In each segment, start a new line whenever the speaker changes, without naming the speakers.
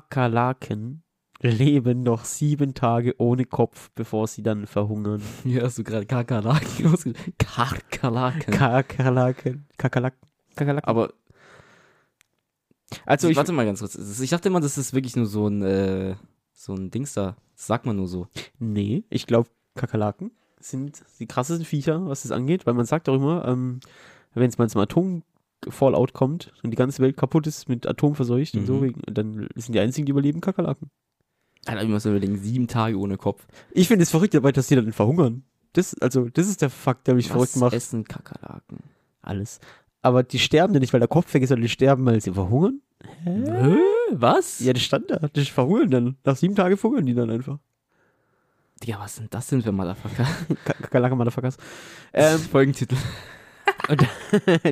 Karkalaken leben noch sieben Tage ohne Kopf, bevor sie dann verhungern.
Hier hast du gerade Kakerlaken ausgesprochen. Kakerlaken.
Karkalaken. Kakerlaken. Kakerlaken.
Aber
also ich,
warte mal ganz kurz. Es ist- Ich dachte immer, das ist wirklich nur so ein, äh, so ein Dings da. Das sagt man nur so.
nee, ich glaube Kakerlaken sind die krassesten Viecher, was das angeht, weil man sagt auch immer, ähm, wenn es mal zum Atom-Fallout kommt und die ganze Welt kaputt ist, mit Atom verseucht und so,
Mhm.
wegen- dann sind die einzigen, die überleben, Kakerlaken.
Alter, wir müssen überlegen, sieben Tage ohne Kopf.
Ich finde es verrückt dabei, dass die dann verhungern. Das, also, das ist der Fakt, der mich verrückt macht.
essen Kakerlaken?
Alles. Aber die sterben ja nicht, weil der Kopf weg ist, sondern die sterben, weil sie verhungern.
Hä? Was?
Ja, das stand da. Die verhungern dann. Nach sieben Tagen verhungern die dann einfach.
Digga, was sind das denn für Motherfucker?
Ka- Kakerlake, Motherfuckers. Ähm,
Folgentitel.
und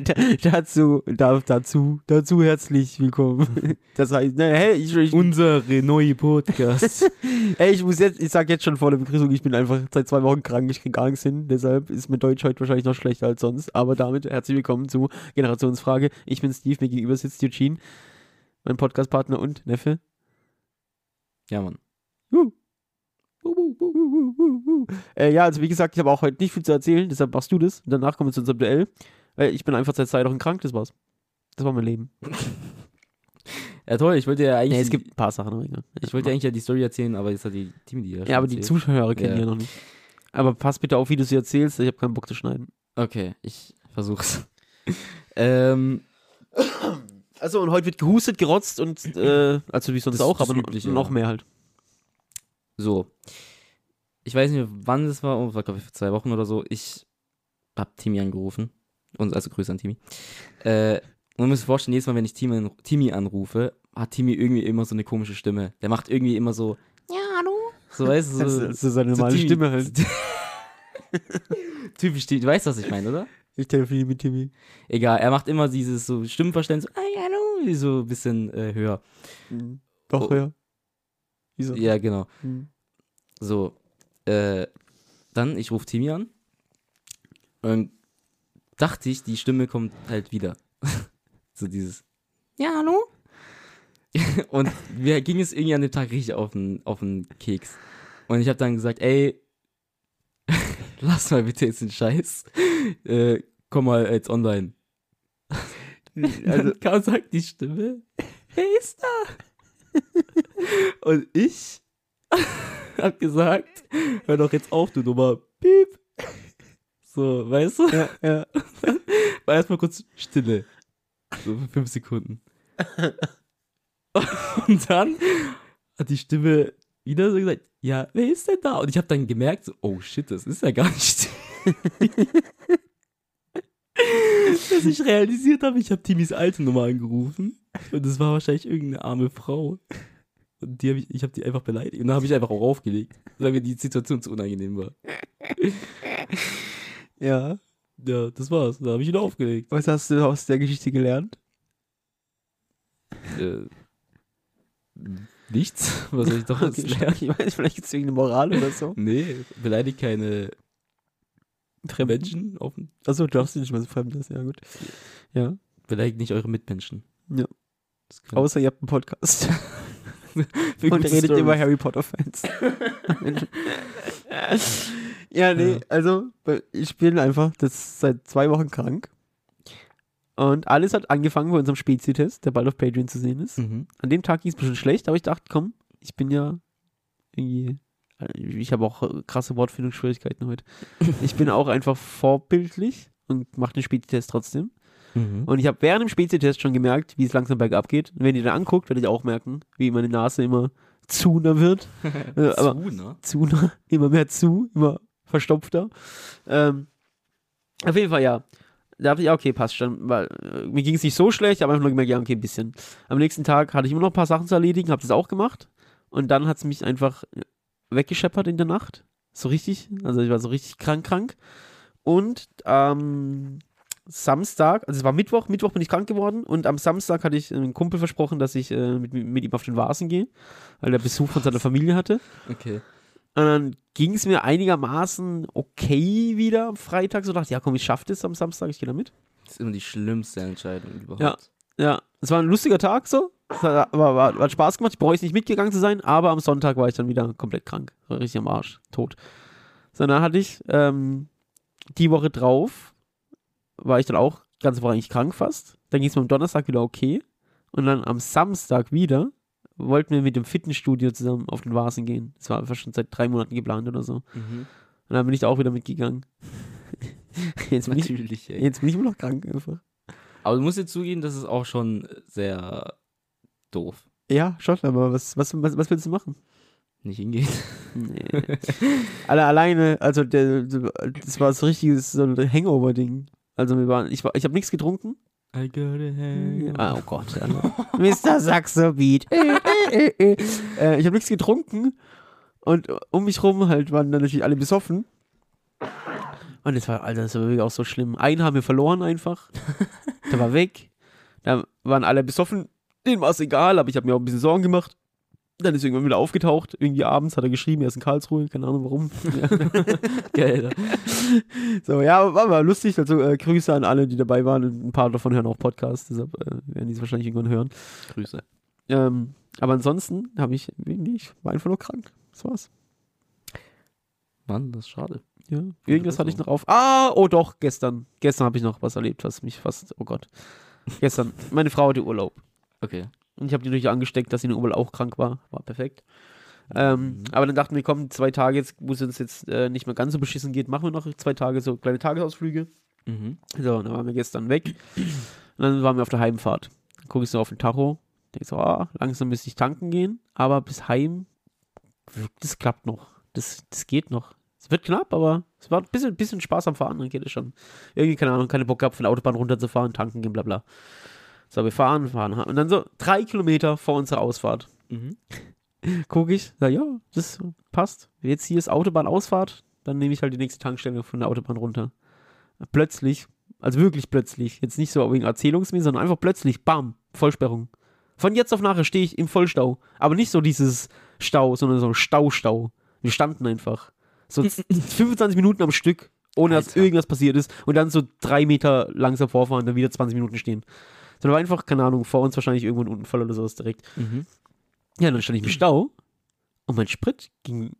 da- dazu, da, dazu, dazu herzlich willkommen. Das heißt, ne, hey, ich, ich,
Unsere neue Podcast.
hey, ich muss jetzt, ich sag jetzt schon vor der Begrüßung, ich bin einfach seit zwei Wochen krank, ich krieg gar nichts hin, deshalb ist mein Deutsch heute wahrscheinlich noch schlechter als sonst, aber damit herzlich willkommen zu Generationsfrage. Ich bin Steve, mir gegenüber sitzt Eugene, mein Podcastpartner und Neffe.
ja, Mann.
Wuh. Wuh, wuh, wuh, wuh, wuh, wuh, wuh. Äh, ja, also wie gesagt, ich habe auch heute nicht viel zu erzählen, deshalb machst du das. Und danach kommen wir zu unserem Duell. Äh, ich bin einfach seit zwei Wochen krank, das war's. Das war mein Leben.
Ja, toll, ich wollte ja eigentlich.
Nee, es gibt ein paar Sachen. Aber egal.
ich wollte ja eigentlich ja die Story erzählen, aber jetzt hat die Timmy die ja schon
ja, aber die
erzählt.
Zuschauer kennen
Ja.
die ja noch nicht. Aber pass bitte auf, wie du sie erzählst. Ich habe keinen Bock zu schneiden.
Okay, ich versuch's. ähm,
Also und heute wird gehustet, gerotzt und also wie sonst
Das-
auch,
das
aber no-
Übliche,
noch
ja.
mehr halt.
so. Ich weiß nicht, wann das war, oh, war glaube ich vor zwei Wochen oder so. Ich hab Timmy angerufen. Und also Grüße an Timmy. Äh, und man muss sich vorstellen, jedes Mal, wenn ich Timmy, Timmy anrufe, hat Timmy irgendwie immer so eine komische Stimme. Der macht irgendwie immer so. Ja, hallo. So weißt du,
Das,
so,
das ist seine
so
normale
Timmy-
Stimme halt.
Typisch Timmy. Du weißt, was ich meine, oder?
Ich telefoniere mit Timmy.
Egal, er macht immer dieses so Stimmenverständnis, so, hey, hallo, so ein bisschen äh, höher.
Doch,
Oh.
ja. Wieso?
Ja, genau.
Hm.
So, äh, dann, ich rufe Timmy an. Und dachte ich, die Stimme kommt halt wieder. so dieses, ja, hallo? und mir ging es irgendwie an dem Tag richtig auf den, auf den Keks. Und ich habe dann gesagt, ey, lass mal bitte jetzt den Scheiß. Äh, komm mal jetzt online.
Also,
Dann kam, sagt die Stimme, wer ist da? Und ich hab gesagt, hör doch jetzt auf, du dummer Piep. So, weißt du?
ja, ja.
War erstmal kurz Stille. So für fünf Sekunden. Und dann hat die Stimme wieder so gesagt, ja, wer ist denn da? Und ich habe dann gemerkt, so, oh shit, das ist ja gar nicht. Dass ich realisiert habe, ich habe Timmys alte Nummer angerufen. Und das war wahrscheinlich irgendeine arme Frau. Und die hab ich, ich habe die einfach beleidigt. Und dann habe ich einfach auch aufgelegt, weil mir die Situation zu unangenehm war.
ja.
Ja, das war's. Da habe ich wieder aufgelegt.
Was hast du aus der Geschichte gelernt?
Äh, nichts? Was soll ich doch
Okay,
jetzt lernen?
Ich weiß, vielleicht gibt es irgendeine Moral oder so.
Nee, beleidigt keine Menschen. Auf,
Achso, darfst du nicht mal so fremd das, ja gut. Ja.
beleidigt nicht eure Mitmenschen.
Ja.
Das kann-
Außer ihr habt einen Podcast
Für
und
gute
redet
Stories.
über Harry Potter-Fans. ja, nee,
Ja.
also weil ich bin einfach das seit zwei Wochen krank. Und alles hat angefangen bei unserem Spezi-Test, der bald auf Patreon zu sehen ist.
Mhm.
An dem Tag ging es bestimmt schlecht, aber ich dachte, komm, ich bin ja irgendwie. Ich habe auch äh, krasse Wortfindungsschwierigkeiten heute. Ich bin auch einfach vorbildlich und mache den Spezi-Test trotzdem.
Mhm.
Und ich habe während dem Spezi-Test schon gemerkt, wie es langsam bergab geht. Und wenn ihr dann anguckt, werdet ihr auch merken, wie meine Nase immer zuner wird. äh, aber
zu, ne?
zuner, immer mehr zu, immer verstopfter. Ähm, auf jeden Fall, ja. Da habe ich, ja, okay, passt schon. Weil, äh, mir ging es nicht so schlecht, aber einfach nur gemerkt, ja, okay, ein bisschen. Am nächsten Tag hatte ich immer noch ein paar Sachen zu erledigen, habe das auch gemacht. Und dann hat es mich einfach äh, weggescheppert in der Nacht. So richtig. Also ich war so richtig krank, krank. Und am Samstag, also es war Mittwoch, Mittwoch bin ich krank geworden und am Samstag hatte ich einem Kumpel versprochen, dass ich äh, mit, mit ihm auf den Vasen gehe, weil er Besuch von seiner Familie hatte.
Okay.
Und dann ging es mir einigermaßen okay wieder am Freitag. So dachte ich, ja komm, ich schaffe das am Samstag, ich gehe da mit.
Das ist immer die schlimmste Entscheidung überhaupt.
Ja. Ja, es war ein lustiger Tag so. Es hat, war, war, hat Spaß gemacht. Ich bereue es nicht mitgegangen zu sein, aber am Sonntag war ich dann wieder komplett krank. War Richtig am Arsch. Tot. So, dann hatte ich ähm, die Woche drauf, war ich dann auch ganz Woche eigentlich krank fast. Dann ging es mir am Donnerstag wieder okay. Und dann am Samstag wieder wollten wir mit dem Fitnessstudio zusammen auf den Vasen gehen. Das war einfach schon seit drei Monaten geplant oder so.
Mhm.
Und dann bin ich da auch wieder mitgegangen. Jetzt bin, ich,
Natürlich, ey.
jetzt bin ich immer noch krank einfach.
Aber du musst jetzt zugeben, das ist auch schon sehr doof.
Ja, schon, aber was, was, was, was willst du machen?
Nicht hingehen.
Nee. Alle alleine, also der, der- das war so richtiges so ein Hangover-Ding. Also wir waren, ich, war- ich habe nichts getrunken.
I gotta
Ah, oh Gott. Alter. Mr. Saxo Beat. Äh, äh, äh, äh. Äh, ich habe nichts getrunken und um mich rum halt waren dann natürlich alle besoffen. Und das war, Alter, das war wirklich auch so schlimm. Einen haben wir verloren einfach. Der war weg. Da waren alle besoffen. Dem war es egal, aber ich habe mir auch ein bisschen Sorgen gemacht. Dann ist er irgendwann wieder aufgetaucht. Irgendwie abends hat er geschrieben, er ist in Karlsruhe, keine Ahnung warum.
Geil, Alter.
So, ja, war mal lustig. Also äh, Grüße an alle, die dabei waren. Ein paar davon hören auch Podcasts, deshalb äh, werden die es wahrscheinlich irgendwann hören.
Grüße.
Ähm, aber ansonsten habe ich, nee, ich war einfach nur krank. Das war's.
Mann, das ist schade.
Ja. Irgendwas hatte ich noch auf. Ah, oh doch, gestern. Gestern habe ich noch was erlebt, was mich fast, oh Gott. Gestern, meine Frau hatte Urlaub.
Okay.
Und ich habe die natürlich angesteckt, dass sie in Urlaub auch krank war. War perfekt. Ähm, Aber dann dachten wir, komm, zwei Tage, jetzt, wo es uns jetzt äh, nicht mehr ganz so beschissen geht, machen wir noch zwei Tage so kleine Tagesausflüge.
Mhm.
So, und dann waren wir gestern weg. Und dann waren wir auf der Heimfahrt. Dann gucke ich so auf den Tacho. Denke so, ah, langsam müsste ich tanken gehen. Aber bis heim, das klappt noch. Das, das geht noch. Es wird knapp, aber es war ein bisschen, bisschen Spaß am Fahren, dann geht es schon. Irgendwie, keine Ahnung, keine Bock gehabt, von der Autobahn runterzufahren, tanken gehen, bla bla. So, wir fahren, fahren. Und dann so drei Kilometer vor unserer Ausfahrt
Mhm.
gucke ich, sag, ja, das passt. Jetzt hier ist Autobahnausfahrt, dann nehme ich halt die nächste Tankstelle von der Autobahn runter. Plötzlich, also wirklich plötzlich, jetzt nicht so wegen Erzählungsmäßig, sondern einfach plötzlich, bam, Vollsperrung. Von jetzt auf nachher stehe ich im Vollstau. Aber nicht so dieses Stau, sondern so Stau-Stau. Wir standen einfach. So z- 25 Minuten am Stück, ohne dass
Alter.
irgendwas passiert ist. Und dann so drei Meter langsam vorfahren, dann wieder 20 Minuten stehen. Sondern war einfach, keine Ahnung, vor uns wahrscheinlich irgendwo ein Unfall oder sowas direkt.
Mhm.
Ja, dann stand ich im Stau und mein Sprit ging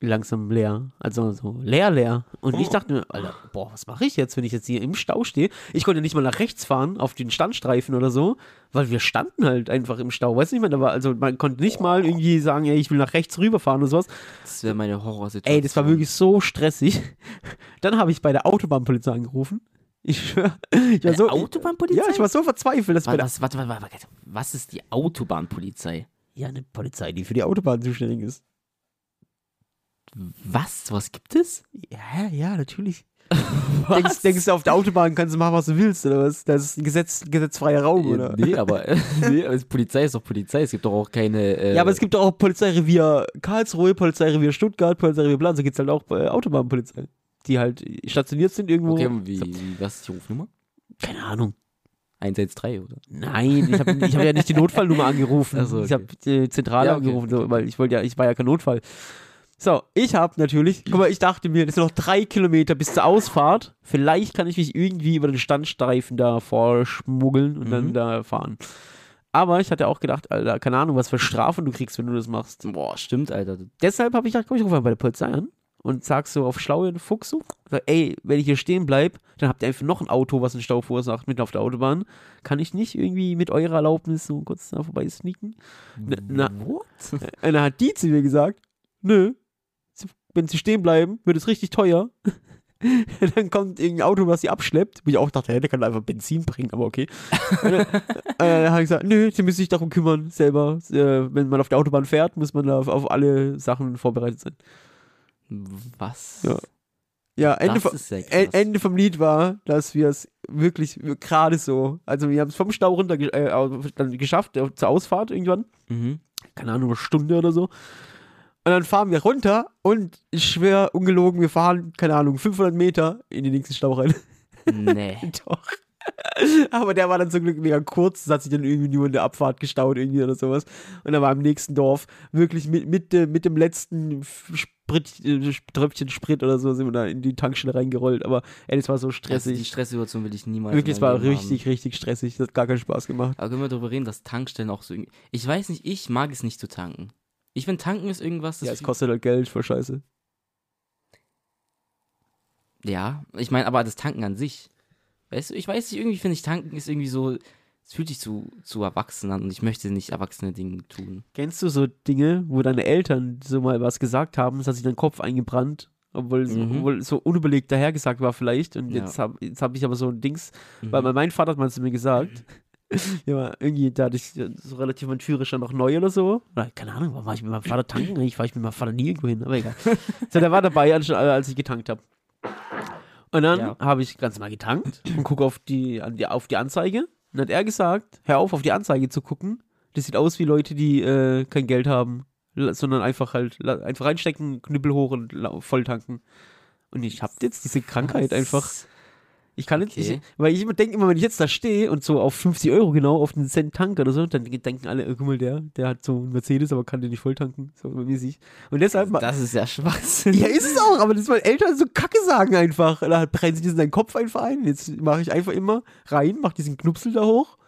langsam leer. Also so leer, leer. Und ich dachte mir, Alter, boah, was mache ich jetzt, wenn ich jetzt hier im Stau stehe? Ich konnte nicht mal nach rechts fahren, auf den Standstreifen oder so, weil wir standen halt einfach im Stau. Weißt du, ich meine, da war, also man konnte nicht mal irgendwie sagen, ey, ich will nach rechts rüberfahren oder sowas.
Das wäre meine Horrorsituation.
Ey, das war wirklich so stressig. Dann habe ich bei der Autobahnpolizei angerufen. Ich schwör, ich war
Eine
so.
Autobahnpolizei?
also, Ja, ich war so verzweifelt, dass bei
Warte,
der
was, warte, warte, warte, warte. Was ist die Autobahnpolizei?
Ja, eine Polizei, die für die Autobahn zuständig ist.
Was? Was gibt es?
Ja, ja, natürlich. Denkst, denkst du, auf der Autobahn kannst du machen, was du willst, oder was? Das ist ein Gesetz, gesetzfreier Raum, oder?
Äh, Nee, aber, nee, aber es- Polizei ist doch Polizei. Es gibt doch auch keine. Äh,
Ja, aber es gibt doch auch Polizeirevier Karlsruhe, Polizeirevier Stuttgart, Polizeirevier Plan, so gibt es halt auch äh, Autobahnpolizei, die halt stationiert sind irgendwo.
Okay, wie, wie, was ist die Rufnummer?
Keine Ahnung.
113, oder?
Nein, ich habe ich hab ja nicht die Notfallnummer angerufen.
Ach so,
Ich
okay.
habe die Zentrale
Ja, okay,
angerufen, so, weil ich wollte ja, ich war ja kein Notfall. So, ich habe natürlich, guck mal, ich dachte mir, das sind noch drei Kilometer bis zur Ausfahrt. Vielleicht kann ich mich irgendwie über den Standstreifen da vorschmuggeln und dann
Mhm.
da fahren. Aber ich hatte auch gedacht, Alter, keine Ahnung, was für Strafen du kriegst, wenn du das machst.
Boah, stimmt, Alter.
Deshalb habe ich gedacht, komm, ich rufe mal bei der Polizei an und sag so auf schlauen Fuchs so, sag, ey, wenn ich hier stehen bleib, dann habt ihr einfach noch ein Auto, was einen Stau verursacht, mitten auf der Autobahn. Kann ich nicht irgendwie mit eurer Erlaubnis so kurz da vorbei sneaken? Na, na,
What?
und dann hat die zu mir gesagt, nö, sie- wenn sie stehen bleiben, wird es richtig teuer. Und dann kommt irgendein Auto, was sie abschleppt. Wo ich auch dachte, hä, der kann einfach Benzin bringen, aber okay. Und dann, äh, dann habe ich gesagt, nö, sie müssen sich darum kümmern, selber. Äh, wenn man auf der Autobahn fährt, muss man da auf, auf alle Sachen vorbereitet sein.
Was?
Ja. Ja, Ende, vom,
ist ja
E-
krass.
Ende vom Lied war, dass wir es wirklich gerade so, also wir haben es vom Stau runter ge- äh, au- dann geschafft, äh, zur Ausfahrt irgendwann
Mhm.
keine Ahnung, eine Stunde oder so. Und dann fahren wir runter und ich schwör, ungelogen, wir fahren, keine Ahnung, 500 Meter in den nächsten Stau rein.
Nee.
Doch. Aber der war dann zum Glück mega kurz, das hat sich dann irgendwie nur in der Abfahrt gestaut irgendwie oder sowas. Und dann war im nächsten Dorf wirklich mit, mit, äh, mit dem letzten Sprit, äh, Tröpfchen Sprit oder so sind wir da in die Tankstelle reingerollt. Aber ey, das war so
Also die
stressig.
Stresssituation will ich niemals.
wirklich, es
in
war
meinem Leben
richtig, richtig stressig. Das hat gar keinen Spaß gemacht.
Haben. Aber können wir darüber reden, dass Tankstellen auch so irgendwie. Ich weiß nicht, ich mag es nicht zu tanken. Ich finde, tanken ist irgendwas, das.
ja, es kostet halt Geld, voll scheiße.
ja, ich meine, aber das Tanken an sich. Weißt du, ich weiß nicht, irgendwie finde ich, tanken ist irgendwie so. Es fühlt sich zu, zu erwachsen an und ich möchte nicht erwachsene Dinge tun.
Kennst du so Dinge, wo deine Eltern so mal was gesagt haben, es hat sich dein Kopf eingebrannt, obwohl, es-
Mhm.
obwohl es so unüberlegt dahergesagt war vielleicht und
Ja.
jetzt habe jetzt hab ich aber so ein Dings,
Mhm.
weil mein- mein Vater hat mal zu mir gesagt, ja, war irgendwie dadurch äh, so relativ manchürischer noch neu oder so, oder keine Ahnung, warum war ich mit meinem Vater tanken, eigentlich war ich mit meinem Vater nie irgendwo hin, aber egal. so, der war dabei, anstatt- als ich getankt habe. Und dann
Ja.
habe ich ganz mal getankt und gucke auf die, an die, auf die Anzeige. Und dann hat er gesagt, hör auf, auf die Anzeige zu gucken. Das sieht aus wie Leute, die äh, kein Geld haben, la- sondern einfach halt la- einfach reinstecken, Knüppel hoch und lau- voll tanken. Und ich habe jetzt diese Krankheit einfach. Ich kann jetzt
Okay.
nicht, weil ich immer denke, immer wenn ich jetzt da stehe und so auf 50 Euro genau auf einen Cent tank oder so, dann denken alle, äh, guck mal, der, der hat so einen Mercedes, aber kann den nicht voll tanken. So mäßig. Und deshalb, ma-
Das ist ja Schwachsinn.
ja, ist es auch, aber das weil Eltern so Kacke sagen einfach. Da brennen sie diesen deinen Kopf einfach ein. Jetzt mache ich einfach immer rein, mache diesen Knupsel da hoch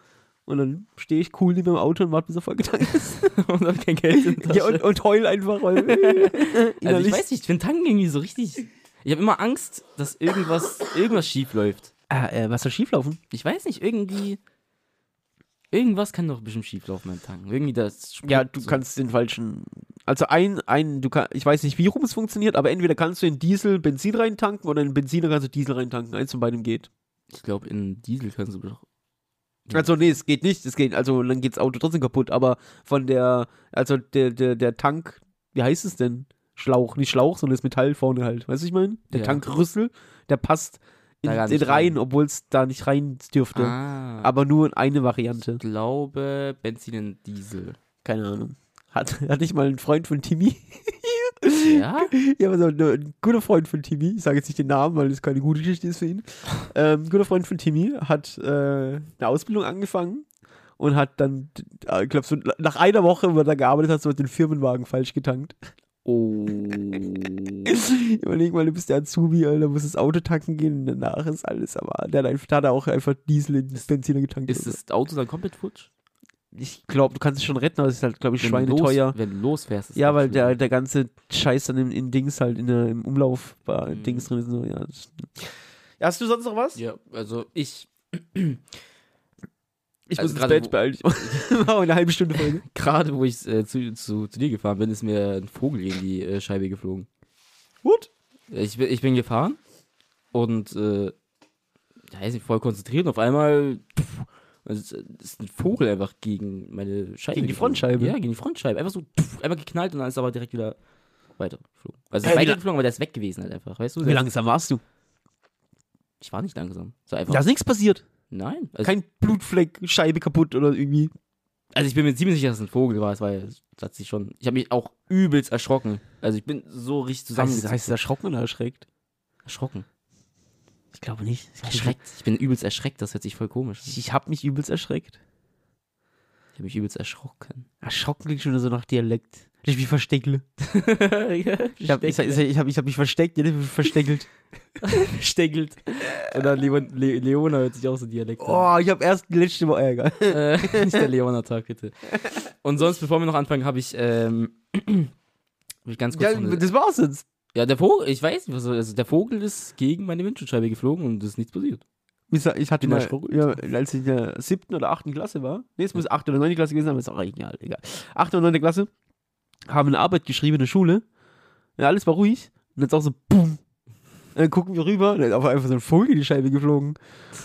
und dann stehe ich cool neben dem Auto und warte, bis er vollgetankt ist.
und hab kein Geld in der
ja,
Tasche.
und, und heul einfach. Weil,
also
innerlich.
ich weiß nicht, ich finde Tanken irgendwie so richtig. Ich habe immer Angst, dass irgendwas, irgendwas schief läuft.
ah, äh, was soll schieflaufen?
Ich weiß nicht, irgendwie. Irgendwas kann doch bestimmt schief laufen beim Tanken. Irgendwie das Sprit
Ja, du
so-
kannst den falschen. Also ein, ein, du kann, ich weiß nicht, wie rum es funktioniert, aber entweder kannst du in Diesel Benzin reintanken oder in Benziner kannst du Diesel reintanken. Eins von beidem geht.
Ich glaube, in Diesel kannst du doch.
Also nee, es geht nicht, es geht, also dann geht's Auto trotzdem kaputt, aber von der, also der, der, der Tank, wie heißt es denn? Schlauch, nicht Schlauch, sondern das Metall vorne halt, weißt du, ich meine? Der
Ja.
Tankrüssel, der passt in,
Da gar
in
nicht
rein,
rein.
obwohl es da nicht rein dürfte.
Ah,
Aber nur in eine
ich
Variante.
glaube Benzin in Diesel.
Keine Ahnung. Hat, hatte ich mal einen Freund von Timmy.
Ja?
Ja, also ein, ein guter Freund von Timmy, ich sage jetzt nicht den Namen, weil es keine gute Geschichte ist für ihn. Ähm, ein guter Freund von Timmy hat äh, eine Ausbildung angefangen und hat dann, äh, ich glaube, so nach einer Woche, wo er da gearbeitet hat, so hat den Firmenwagen falsch getankt.
Oh.
Überleg mal, du bist der Azubi, Alter, muss das Auto tanken gehen und danach ist alles, aber der hat, einfach, da hat er auch einfach Diesel in den Benziner getankt.
Ist das Auto dann komplett futsch?
ich glaube, du kannst es schon retten, aber es ist halt, glaube ich,
Wenn du
schweineteuer.
Los, wenn du losfährst, ist
Ja,
das
weil
schlimm.
der, halt der ganze Scheiß dann in, in Dings halt in der, im Umlauf war, Dings drin ist. So, ja. das- Mhm. Hast du sonst noch was?
Ja, also ich.
Ich muss
Also
ins
gerade
Bett
wo-
beeilen. Machen eine halbe Stunde Folge.
Gerade wo ich äh, zu, zu, zu dir gefahren bin, ist mir ein Vogel in die äh, Scheibe geflogen.
Gut.
Ich, bin- ich bin gefahren und äh, ich weiß nicht, voll konzentriert und auf einmal pff, es ist ein Vogel einfach gegen meine Scheibe.
Gegen die
geflogen.
Frontscheibe?
Ja, gegen die Frontscheibe. Einfach so pff, einfach geknallt und dann ist er aber direkt wieder weitergeflogen. Also
Hä, Äh, wie
ist
la-
weitergeflogen, aber der ist weg gewesen halt einfach, weißt du?
Wie langsam warst du?
Ich war nicht langsam. So einfach.
Da ist nichts passiert.
Nein. Also,
Kein Blutfleck, Scheibe kaputt oder irgendwie.
Also ich bin mir ziemlich sicher, dass es ein Vogel war. Es war ja- es hat sich schon. Ich habe mich auch übelst erschrocken. Also ich bin so richtig
Heißt,
zusammengezogen.
heißt es erschrocken oder erschreckt?
Erschrocken.
Ich glaube nicht.
Erschreckt. Ich bin übelst erschreckt. Das hört sich voll komisch an.
Ich, ich habe mich übelst erschreckt.
Ich habe mich übelst erschrocken.
Erschrocken klingt schon so nach Dialekt. Ich mich versteckle. Ich habe ich, ich, ich hab, ich hab mich versteckt, ich hab mich versteckelt.
Steckelt. Und dann Leon, Le Leona hört sich auch so Dialekt an.
Oh, ich habe erst die letzte Woche. Äh, egal.
Äh, nicht der Leona-Tag, bitte. Und sonst, bevor wir noch anfangen, habe ich, ähm, hab ich ganz kurz.
Ja,
noch eine-
das war's jetzt.
ja, der Vogel, ich weiß nicht, was, also der Vogel ist gegen meine Windschutzscheibe geflogen und es ist nichts passiert.
Ich, sa- ich hatte
Bin
mal,
erschrocken.
ja, als ich in der siebten oder achten Klasse war, nee, es muss acht oder neunte Klasse gewesen sein, aber ist auch egal, egal. Achte oder neunte Klasse, haben eine Arbeit geschrieben in der Schule, ja, alles war ruhig, und jetzt auch so, boom, und dann gucken wir rüber, und dann ist auf einfach so ein Vogel in die Scheibe geflogen,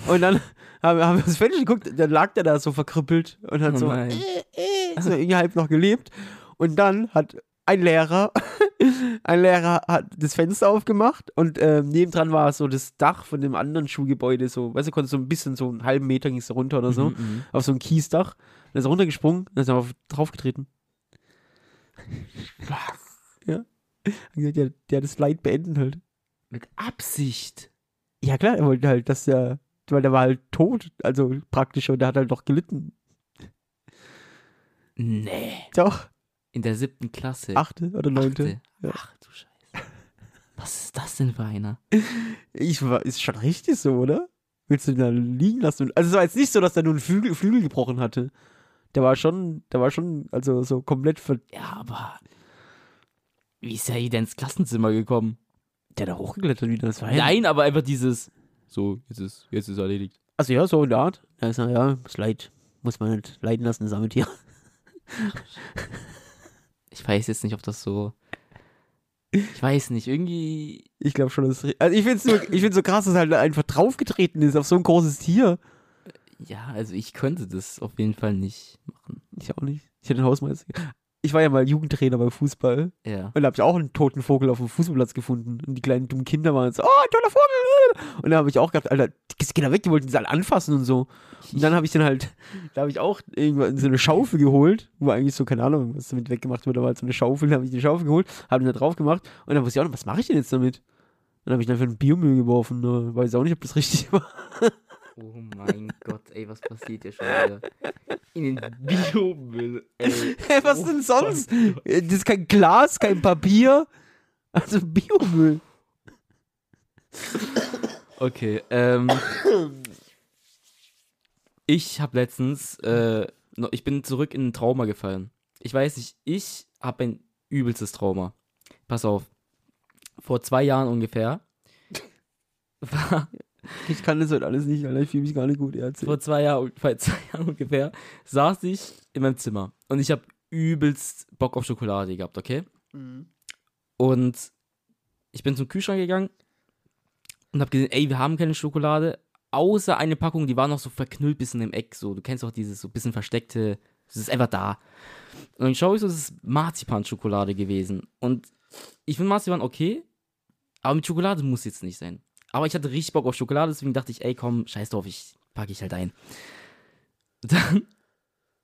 und dann haben, haben wir das Fenster geguckt, dann lag der da so verkrüppelt, und hat
Oh
Halt so,
nein.
äh, äh, so irgendwie halb noch gelebt, und dann hat ein Lehrer, ein Lehrer hat das Fenster aufgemacht und ähm, nebendran war so das Dach von dem anderen Schulgebäude, so, weißt du, konntest so ein bisschen, so einen halben Meter ging es runter oder so,
Mhm,
auf so ein Kiesdach. Dann ist er runtergesprungen, dann ist er auf, draufgetreten. ja. Hat gesagt, der, der hat das Leid beenden halt.
Mit Absicht.
Ja, klar, er wollte halt, dass der weil der war halt tot, also praktisch, und der hat halt noch gelitten.
Nee.
Doch,
In der siebten Klasse.
achte oder neunte.
Äh. Achte.
Ja.
Ach du Scheiße. Was ist das denn für einer?
Ich war, ist schon richtig so, oder? Willst du ihn da liegen lassen? Also es war jetzt nicht so, dass der nur einen Flügel, Flügel gebrochen hatte. Der war schon, der war schon, also so komplett ver
Ja, aber. Wie ist er hier denn ins Klassenzimmer gekommen?
Der da hochgeklettert wieder, das war ja.
Nein, aber einfach dieses. So, jetzt ist, jetzt ist erledigt.
Also ja, so in der Art. Da ist er, ja, ist leid. Muss man nicht leiden lassen, Sammeltier.
Ich weiß jetzt nicht, ob das so. Ich weiß nicht, irgendwie.
Ich glaube schon, dass Also ich find's nur, ich find's so krass, dass er halt einfach draufgetreten ist auf so ein großes Tier.
Ja, also ich könnte das auf jeden Fall nicht machen.
Ich auch nicht. Ich hätte den Hausmeister. Ich war ja mal Jugendtrainer beim Fußball.
Ja.
Und da habe ich auch einen toten Vogel auf dem Fußballplatz gefunden. Und die kleinen dummen Kinder waren so, oh, toller Vogel. Und da habe ich auch gedacht, Alter, die Kinder weg, die wollten sie alle anfassen und so. Und dann habe ich den halt, da habe ich auch irgendwann so eine Schaufel geholt, wo eigentlich so, keine Ahnung, was damit weggemacht wurde, aber halt so eine Schaufel, da habe ich die Schaufel geholt, habe den da drauf gemacht und dann wusste ich auch noch, was mache ich denn jetzt damit? Dann habe ich ihn einfach in den Biomüll geworfen, ne? weiß auch nicht, ob das richtig war.
Oh mein Gott, ey, was passiert hier schon wieder? In den Biomüll, ey.
Hey, was denn sonst? Das ist kein Glas, kein Papier, also Biomüll.
Okay, ähm. Ich habe letztens, äh, no- ich bin zurück in ein Trauma gefallen. Ich weiß nicht, ich habe ein übelstes Trauma. Pass auf. Vor zwei Jahren ungefähr war
Ich kann das heute alles nicht, Alter, ich fühle mich gar nicht gut, erzählt.
vor zwei Jahren, vor zwei Jahren ungefähr, saß ich in meinem Zimmer und ich habe übelst Bock auf Schokolade gehabt, okay? Und ich bin zum Kühlschrank gegangen und habe gesehen, ey, wir haben keine Schokolade, außer eine Packung, die war noch so verknüllt bisschen im Eck, so. Du kennst auch dieses so bisschen versteckte, das ist einfach da. Und dann schaue ich so, das ist Marzipan-Schokolade gewesen. Und ich finde Marzipan okay, aber mit Schokolade muss jetzt nicht sein. Aber ich hatte richtig Bock auf Schokolade, deswegen dachte ich, ey, komm, scheiß drauf, ich packe ich halt ein. Dann,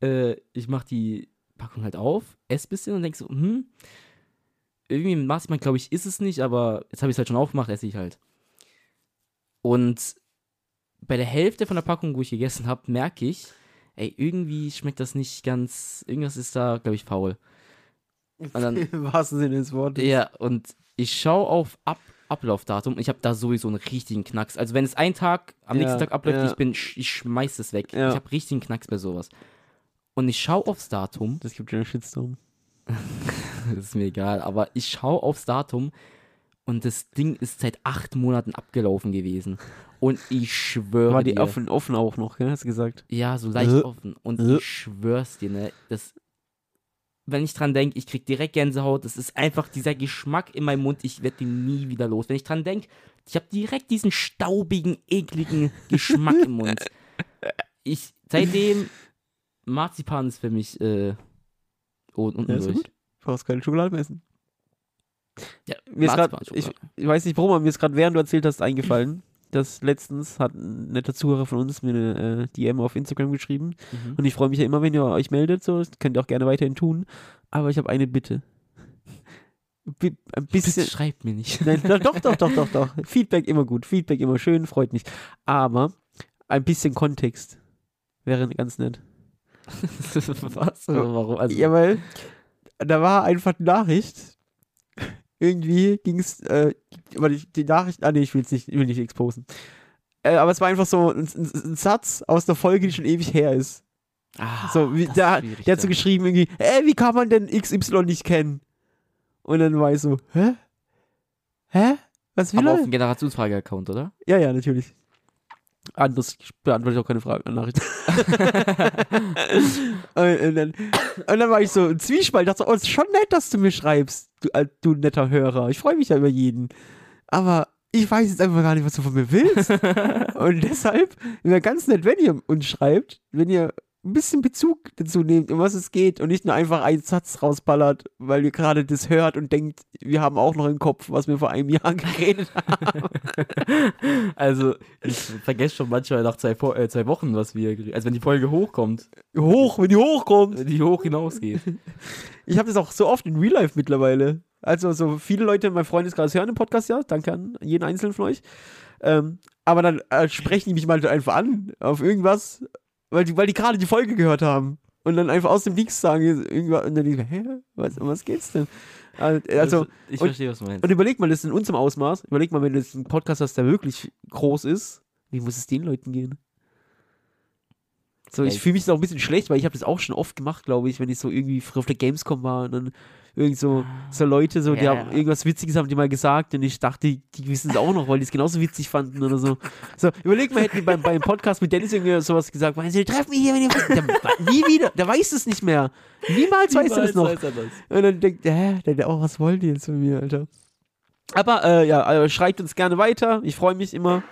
äh, ich mach die Packung halt auf, esse ein bisschen und denk so, hm, irgendwie mit Marzipan, glaube ich, ist es nicht, aber jetzt habe ich es halt schon aufgemacht, esse ich halt. Und bei der Hälfte von der Packung, wo ich gegessen habe, merke ich, ey, irgendwie schmeckt das nicht ganz, irgendwas ist da, glaube ich, faul. Und dann
Im wahrsten Sinne des Wortes.
ja, und ich schaue auf Ab Ablaufdatum und ich habe da sowieso einen richtigen Knacks. Also wenn es ein Tag am
Ja,
nächsten Tag abläuft,
ja.
ich bin, sch- ich schmeiß es weg.
Ja.
Ich habe richtigen Knacks bei sowas. Und ich schaue aufs Datum,
Das gibt ja einen Shitstorm.
das ist mir egal, aber ich schaue aufs Datum und das Ding ist seit acht Monaten abgelaufen gewesen. Und ich schwöre
War die
dir,
offen, offen auch noch, gell? Hast du gesagt?
ja, so leicht
Äh.
offen. Und
Äh.
ich schwör's dir, ne, das, wenn ich dran denke, ich krieg direkt Gänsehaut. Das ist einfach dieser Geschmack in meinem Mund. Ich werde den nie wieder los. Wenn ich dran denke, ich habe direkt diesen staubigen, ekligen Geschmack im Mund. Ich, seitdem, Marzipan ist für mich, äh, und unten
Ja, ist
durch.
gut. Du brauchst keine Schokolade mehr essen.
Ja,
Mir ist grad, ich,
Marzipan-Schokolade.
ich weiß nicht warum, aber mir ist gerade während du erzählt hast eingefallen, dass letztens hat ein netter Zuhörer von uns mir eine äh, DM auf Instagram geschrieben
Mhm.
und ich freue mich ja immer, wenn ihr euch meldet, so, das könnt ihr auch gerne weiterhin tun, aber ich habe eine Bitte. Bi ein bisschen,
Bitte schreibt mir nicht.
Nein, doch, doch, doch, doch, doch, doch. Feedback immer gut. Feedback immer schön, freut mich. Aber ein bisschen Kontext wäre ganz nett.
Was? Also, warum? Also,
Ja, weil da war einfach eine Nachricht. Irgendwie ging es, äh, warte, ich- die Nachricht, ah nee, ich will es nicht, ich will nicht exposen. Äh, aber es war einfach so ein, ein, ein Satz aus einer Folge, die schon ewig her ist.
ah,
So, wie,
das ist
da,
schwierig
der hat so
dann.
geschrieben irgendwie, ey, wie kann man denn XY nicht kennen? Und dann war ich so, hä? Hä? Was will
Aber
er?
auf dem Generationsfrage-Account, oder?
Ja, ja, natürlich. Anders beantworte ich auch keine Fragen, Nachrichten. und, und, dann, und dann war ich so im Zwiespalt, dachte so, oh, ist schon nett, dass du mir schreibst, du, äh, du netter Hörer. Ich freue mich ja über jeden. Aber ich weiß jetzt einfach gar nicht, was du von mir willst. und deshalb wäre ganz nett, wenn ihr uns schreibt, wenn ihr ein bisschen Bezug dazu nehmt, um was es geht und nicht nur einfach einen Satz rausballert, weil ihr gerade das hört und denkt, wir haben auch noch im Kopf, was wir vor einem Jahr geredet haben.
Also, ich vergesse schon manchmal nach zwei, Fo- äh, zwei Wochen, was wir. gere- Also, wenn die Folge hochkommt,
Hoch, wenn die hochkommt.
wenn die hoch hinausgeht.
Ich habe das auch so oft in Real Life mittlerweile. Also, so viele Leute in meinem Freundeskreis hören den Podcast ja. Danke an jeden einzelnen von euch. Ähm, aber dann äh, sprechen die mich mal einfach an auf irgendwas, weil die, weil die gerade die Folge gehört haben. Und dann einfach aus dem Nichts sagen, irgendwas, und dann denke ich, mir, hä, was, um was geht's denn? Also,
ich
und-
verstehe, was du meinst.
und überleg mal, das ist in unserem Ausmaß, überleg mal, wenn du jetzt einen Podcast hast, der wirklich groß ist, wie muss es den Leuten gehen? So, ich
Ja,
fühle mich da auch ein bisschen schlecht, weil ich habe das auch schon oft gemacht, glaube ich, wenn ich so irgendwie früher auf der Gamescom war und dann irgend so, so Leute, so, die
Ah. Ja,
haben
ja.
irgendwas Witziges haben die mal gesagt und ich dachte, die, die wissen es auch noch, weil die es genauso witzig fanden oder so. So, überleg mal, hätten wir beim, beim Podcast mit Dennis irgendwie sowas gesagt, weil sie treffen mich hier, wenn ihr. Der, nie wieder, der weiß es nicht mehr. Niemals weiß er das noch.
Weiß er das.
Und dann denkt er, hä, der, der, oh, was wollen die jetzt von mir, Alter? Aber äh, ja, also schreibt uns gerne weiter. Ich freue mich immer.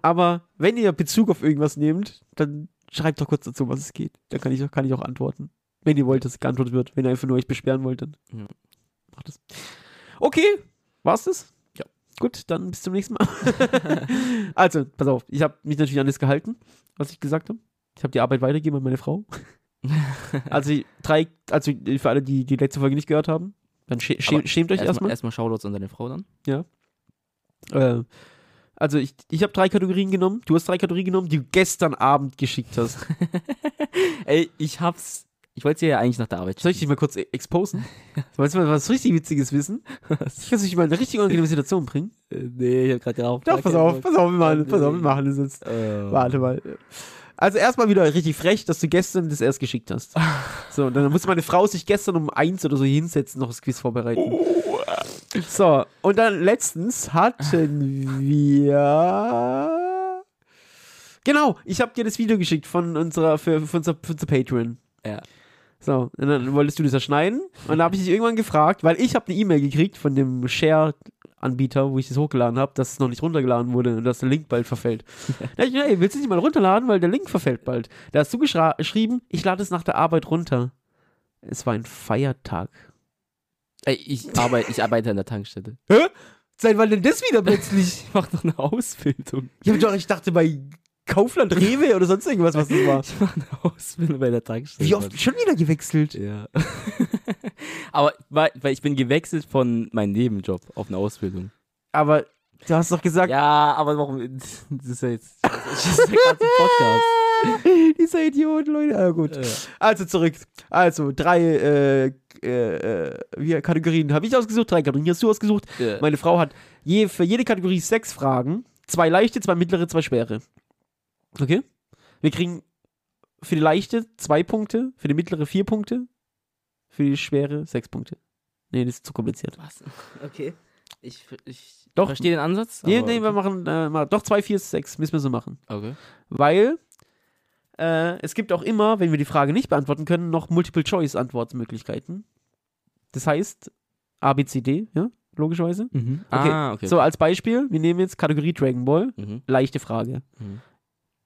Aber wenn ihr Bezug auf irgendwas nehmt, dann schreibt doch kurz dazu, was es geht. Da kann ich, auch- kann ich auch antworten. Wenn ihr wollt, dass geantwortet wird. Wenn ihr einfach nur euch beschweren wollt, dann
Ja.
macht es. Okay, war's das?
Ja.
Gut, dann bis zum nächsten Mal. also, pass auf, ich habe mich natürlich an das gehalten, was ich gesagt habe. Ich habe die Arbeit weitergegeben an meine Frau. also drei, also für alle, die die letzte Folge nicht gehört haben, dann schä schämt,
Aber
schämt euch
Erstmal
erstmal.
erstmal Shoutouts an deine Frau dann.
Äh, also ich, ich habe drei Kategorien genommen, du hast drei Kategorien genommen, die du gestern Abend geschickt hast.
Ey, ich hab's. Ich wollte sie ja eigentlich nach der Arbeit
Soll ich dich mal kurz e- exposen? Weißt du mal was richtig Witziges wissen? Ich kann dich mal in eine richtig unangenehme Situation bringen.
Äh, nee, ich hab grad drauf.
Doch, pass auf, pass auf, wir machen, pass auf, wir
Nee.
machen das jetzt.
Äh,
Warte mal. Also erstmal wieder richtig frech, dass du gestern das erst geschickt hast. So, und dann muss meine Frau sich gestern um eins oder so hinsetzen, noch das Quiz vorbereiten. So, und dann letztens hatten wir. Genau, ich habe dir das Video geschickt von unserer, für, für, unser, für unser Patreon.
Ja.
So, und dann wolltest du das ja schneiden. Und dann habe ich dich irgendwann gefragt, weil ich habe eine E-Mail gekriegt von dem Share-Anbieter, wo ich das hochgeladen habe, dass es noch nicht runtergeladen wurde und dass der Link bald verfällt. Da hab ich gedacht, ey, willst du nicht mal runterladen, weil der Link verfällt bald. Da hast du geschra- geschrieben, ich lade es nach der Arbeit runter. Es war ein Feiertag.
Ey, ich, arbeite, ich arbeite an der Tankstelle.
Hä? Seit wann denn das wieder plötzlich?
Ich mach doch eine Ausbildung.
ich, hab doch, ich dachte bei Kaufland, Rewe oder sonst irgendwas, was das war.
Ich mach eine Ausbildung bei der Tankstelle.
Wie oft schon wieder gewechselt?
Ja. Aber weil, weil ich bin gewechselt von meinem Nebenjob auf eine Ausbildung.
Aber du hast doch gesagt,
Ja, aber warum? Das ist ja jetzt. Das ist ja gerade ein
Dieser Idiot, Leute. Ah, gut.
Podcast.
Also zurück. Also drei äh, äh, äh, wie- Kategorien habe ich ausgesucht, drei Kategorien hast du ausgesucht.
Ja.
Äh, Meine Frau hat je, für jede Kategorie sechs Fragen. Zwei leichte, zwei mittlere, zwei schwere. Okay? Wir kriegen für die leichte zwei Punkte, für die mittlere vier Punkte, für die schwere sechs Punkte. Nee, das ist zu kompliziert.
Was? Okay. Ich, ich
Doch.
verstehe den Ansatz.
Nee,
aber-
nee, wir machen äh, mal, doch zwei, vier, sechs müssen wir so machen.
Okay.
Weil äh, es gibt auch immer, wenn wir die Frage nicht beantworten können, noch Multiple-Choice-Antwortmöglichkeiten. Das heißt, A, B, C, D, ja, logischerweise.
Mhm.
Okay,
Ah, okay.
So, als Beispiel, wir nehmen jetzt Kategorie Dragon Ball,
Mhm.
leichte Frage.
Mhm.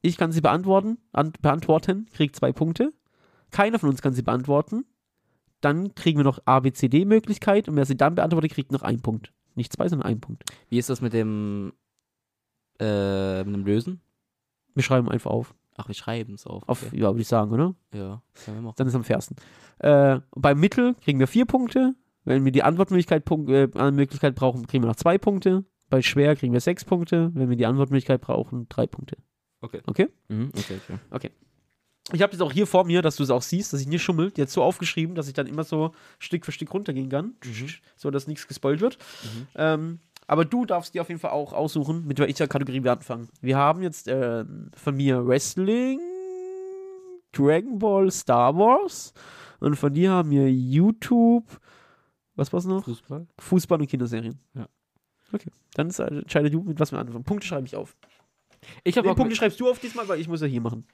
Ich kann sie beantworten, an, beantworten, krieg zwei Punkte. Keiner von uns kann sie beantworten. Dann kriegen wir noch A, B, C, D-Möglichkeit und wer sie dann beantwortet, kriegt noch einen Punkt. Nicht zwei, sondern einen Punkt.
Wie ist das mit dem. Äh, mit dem Lösen?
Wir schreiben einfach auf.
Ach, wir schreiben es auf.
Auf,
Okay.
ja, würde ich sagen, oder?
Ja. Das können wir machen.
dann ist am fairsten. Äh, beim Mittel kriegen wir vier Punkte. Wenn wir die Antwortmöglichkeit Punkt, äh, Möglichkeit brauchen, kriegen wir noch zwei Punkte. Bei schwer kriegen wir sechs Punkte. Wenn wir die Antwortmöglichkeit brauchen, drei Punkte.
Okay.
Okay?
Mhm. Okay, okay.
Ich habe das auch hier vor mir, dass du es auch siehst, dass ich nicht schummel. Die hat so aufgeschrieben, dass ich dann immer so Stück für Stück runtergehen kann, so dass nichts gespoilt wird.
Mhm.
Ähm, aber du darfst dir auf jeden Fall auch aussuchen, mit welcher Kategorie wir anfangen. Wir haben jetzt ähm, von mir Wrestling, Dragon Ball, Star Wars und von dir haben wir YouTube, was war's noch?
Fußball?
Fußball und Kinderserien.
Ja.
Okay, dann ist- entscheide du, mit was wir anfangen. Punkte schreibe ich auf.
Ich
Den
habe
Punkte
Bock,
schreibst du auf diesmal, weil ich muss ja hier machen.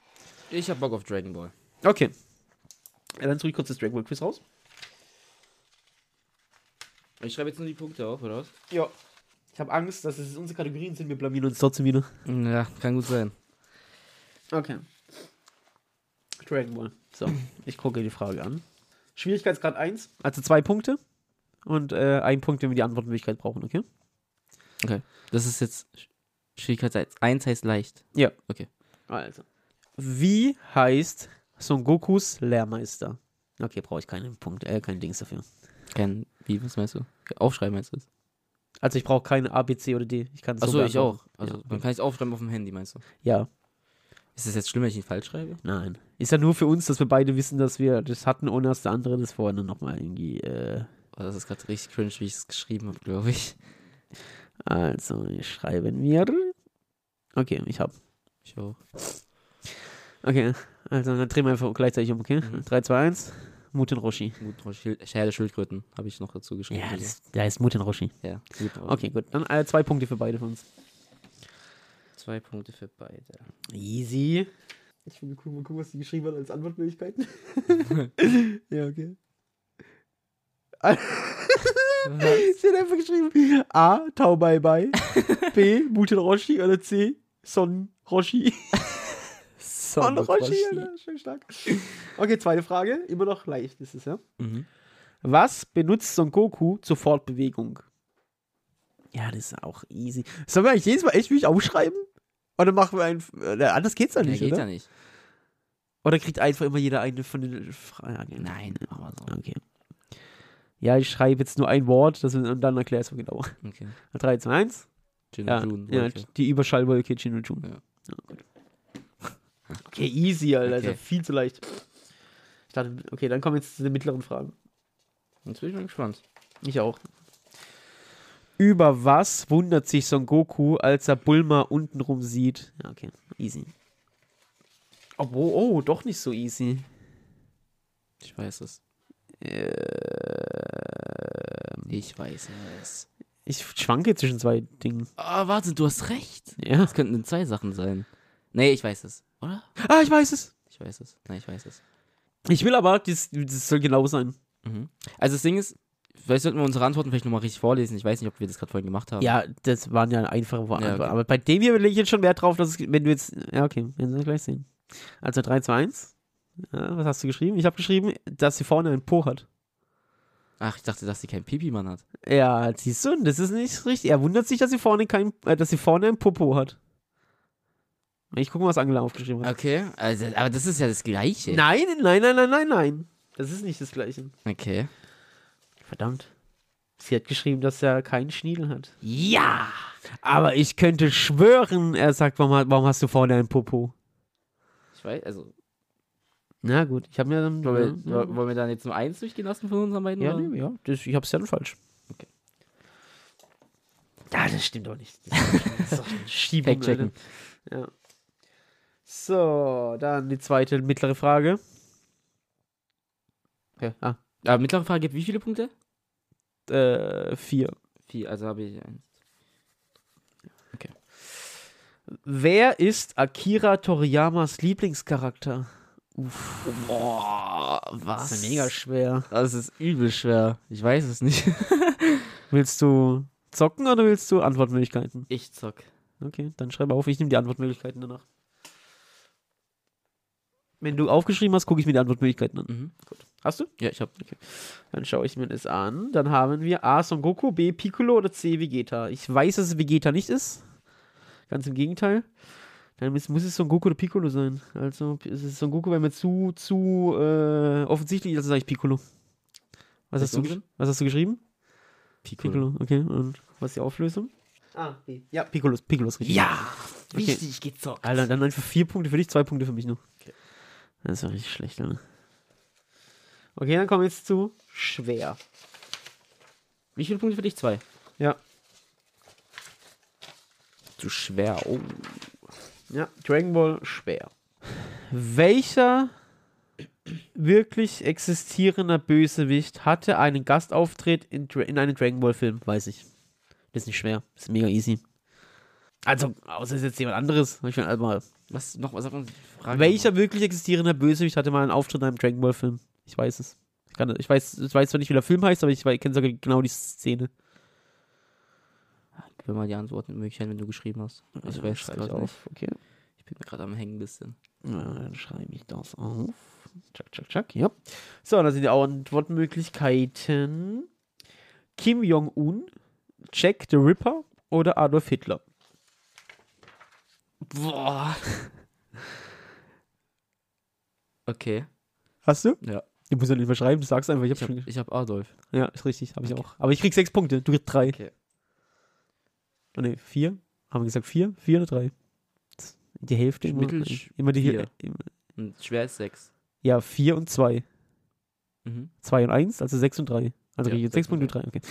ich hab Bock auf Dragon Ball.
Okay. Ja, dann suche ich kurz das Dragon Ball Quiz raus.
Ich schreibe jetzt nur die Punkte auf, oder was?
Ja. Ich habe Angst, dass es unsere Kategorien sind, wir blamieren uns trotzdem wieder.
Ja, kann gut sein.
Okay. Dragon Ball. So, ich gucke die Frage an. Schwierigkeitsgrad 1, also zwei Punkte. Und äh, ein Punkt, wenn wir die Antwortmöglichkeit brauchen, okay?
Das ist jetzt Sch- Schwierigkeit 1 heißt leicht.
Also. Wie heißt Son Gokus Lehrmeister? Okay, brauche ich keinen Punkt, äh, keinen Dings dafür.
Kein, wie, was meinst du? Aufschreiben meinst du das?
Also ich brauche keine A, B, C oder D. Ich kann es
Achso, ich auch. Also,
Also,
Dann kann ich es aufschreiben auf dem Handy, meinst du?
ja.
Ist es jetzt schlimm, wenn ich ihn falsch schreibe?
Nein. Ist ja nur für uns, dass wir beide wissen, dass wir das hatten, ohne dass der andere das vorher dann nochmal irgendwie. Äh,
Oh, das ist gerade richtig cringe, wie ich es geschrieben habe, glaube ich.
also, schreiben wir. Okay, ich hab.
Ich auch.
Okay, also dann drehen wir einfach gleichzeitig um, okay?
Mhm.
3, 2, 1. Mutin Roshi.
Gut, noch Schil- Schädel, Schildkröten habe ich noch dazu geschrieben.
Ja, das, der heißt Mutin Roshi.
ja gut. aber
Okay, gut. Dann äh, zwei Punkte für beide von uns.
Zwei Punkte für beide.
Easy. Ich finde cool, mal gucken, was die geschrieben hat als Antwortmöglichkeiten. ja, okay. Sie hat einfach geschrieben: A. Tau Bye Bye. B. Mutin Roshi. Oder C. Son Roshi. Son Roshi, Alter. Schön stark. Okay, zweite Frage. Immer noch leicht ist es, ja?
Mhm.
Was benutzt Son Goku zur Fortbewegung? Ja, das ist auch easy. Sollen wir eigentlich jedes Mal echt wirklich aufschreiben? Oder machen wir ein. Äh, anders geht's ja
Ja,
nicht,
geht
oder?
ja nicht.
Oder kriegt einfach immer jeder eine von den Fragen?
Nein, aber so.
Okay. Ja, ich schreibe jetzt nur ein Wort das, und dann erkläre ich es mir genau.
Okay.
3, 2, 1.
Jin
Ja,
Jun,
ja,
Wolke.
die Überschallwolke Chin und Jun.
Ja.
Ja, gut. Okay, easy, Alter.
Okay.
Also viel zu leicht. Ich dachte, okay, dann kommen wir jetzt zu den mittleren Fragen.
Jetzt bin ich mal gespannt.
Ich auch. Über was wundert sich Son Goku, als er Bulma untenrum sieht? Ja, okay. Easy. Obwohl, oh, doch nicht so easy.
Ich weiß es. Ähm. Ich weiß es.
Ich schwanke zwischen zwei Dingen.
Ah, warte, du hast recht.
Ja.
Das könnten zwei Sachen sein. Nee, ich weiß es. Oder?
Ah, ich weiß es.
Ich weiß es. Nein, ich weiß es.
Ich will aber, das, das soll genau sein.
Mhm. Also das Ding ist, vielleicht sollten wir unsere Antworten vielleicht nochmal richtig vorlesen. Ich weiß nicht, ob wir das gerade vorhin gemacht haben.
Ja, das waren ja einfache Worte.
Ja, okay.
Aber bei dem hier lege ich jetzt schon Wert drauf, dass es, wenn du jetzt. Ja, okay, werden wir gleich sehen. Also 3, 2, 1. Ja, was hast du geschrieben? Ich habe geschrieben, dass sie vorne einen Po hat.
Ach, ich dachte, dass sie keinen Pipi-Mann hat.
Ja, siehst du, das ist nicht richtig. Er wundert sich, dass sie vorne kein, äh, dass sie vorne ein Popo hat. Ich gucke mal, was Angela aufgeschrieben hat.
Okay. Also, aber das ist ja das Gleiche.
Nein, nein, nein, nein, nein, nein. Das ist nicht das Gleiche.
Okay.
Verdammt. Sie hat geschrieben, dass er keinen Schniedel hat.
Ja!
Aber ich könnte schwören, er sagt, warum, hat- warum hast du vorne ein Popo?
Ich weiß, also. Mhm.
Na gut, ich habe mir dann. ne,
Wollen wir,
ja,
wollen wir dann jetzt nur eins durchgehen lassen von unseren beiden?
ja,
oder?
nee, ja das, ich habe es dann falsch.
Okay.
Ja, das stimmt doch nicht. Das ist doch ein Schiebung,
Fact-checken.
Alter. Ja. So, dann die zweite mittlere Frage. Okay, ah,
Aber mittlere Frage gibt wie viele Punkte?
äh, vier.
Vier, also habe ich eins.
Wer ist Akira Toriyamas Lieblingscharakter?
Boah, was?
Das ist mega schwer.
Das ist übel schwer. Ich weiß es nicht.
Willst du zocken oder willst du Antwortmöglichkeiten?
Ich zock.
Okay, dann schreib auf, ich nehme die Antwortmöglichkeiten danach. Wenn du aufgeschrieben hast, gucke ich mir die Antwortmöglichkeiten an.
Mhm.
Hast du?
Ja, ich hab.
Dann schaue ich mir das an. Dann haben wir A. Son Goku, B. Piccolo oder C. Vegeta. Ich weiß, dass es Vegeta nicht ist. Ganz im Gegenteil. Dann muss, muss es Son Goku oder Piccolo sein. Also es ist Son Goku, weil mir zu, zu äh, offensichtlich ist, also sage ich Piccolo. Was hast,
Ist
du,
unten?
gesch- was hast du geschrieben?
Piccolo.
Piccolo, okay. Und was ist die Auflösung? Ah, B. Ja, Piccolo, ist- Piccolo ist richtig.
Ja!
Okay.
Richtig gezockt.
Alter, dann einfach vier Punkte für dich, zwei Punkte für mich nur.
Okay.
Das ist doch richtig schlecht, Alter. Okay, dann kommen wir jetzt zu schwer.
Wie viele Punkte für dich? Zwei.
Ja,
Zu schwer. Oh.
Ja, Dragon Ball schwer. Welcher wirklich existierender Bösewicht hatte einen Gastauftritt in, Dra in einem Dragon Ball Film? Weiß ich. Das ist nicht schwer. Das ist mega easy. Also, außer es ist jetzt jemand anderes. Ich meine, also mal,
Was noch? Was sagt man? Frage
welcher wirklich existierender Bösewicht hatte mal einen Auftritt in einem Dragon Ball Film? Ich weiß es. Ich, kann, ich, weiß, ich weiß zwar nicht, wie der Film heißt, aber ich wei- kenne sogar genau die Szene.
Gib mir mal die Antwortmöglichkeiten, wenn du geschrieben hast. Also Ich weiß es
Schreib ich
gerade nicht.
Okay.
Ich bin gerade am Hängen ein bisschen.
Na, Dann schreibe ich das auf. Tschack, tschack, tschack. Ja. So, da sind die Antwortmöglichkeiten. Kim Jong-un, Jack the Ripper oder Adolf Hitler.
Boah. Okay.
Hast du?
Ja.
Du musst ja nicht mehr schreiben, du sagst einfach, ich hab
Ich hab,
schon. ge-
ich hab Adolf.
Ja, ist richtig, habe ich auch. Aber ich krieg sechs Punkte, du kriegst drei.
Okay.
Oh, ne, vier. Haben wir gesagt vier? Vier oder drei? Die Hälfte immer.
Mittel-
nein, immer die
vier.
Hälfte.
Und schwer ist 6.
Ja, vier und zwei.
Mhm.
Zwei und eins, also sechs und drei. Also
Ja,
krieg ich jetzt sechs
sechs
Punkte,
und
drei, okay.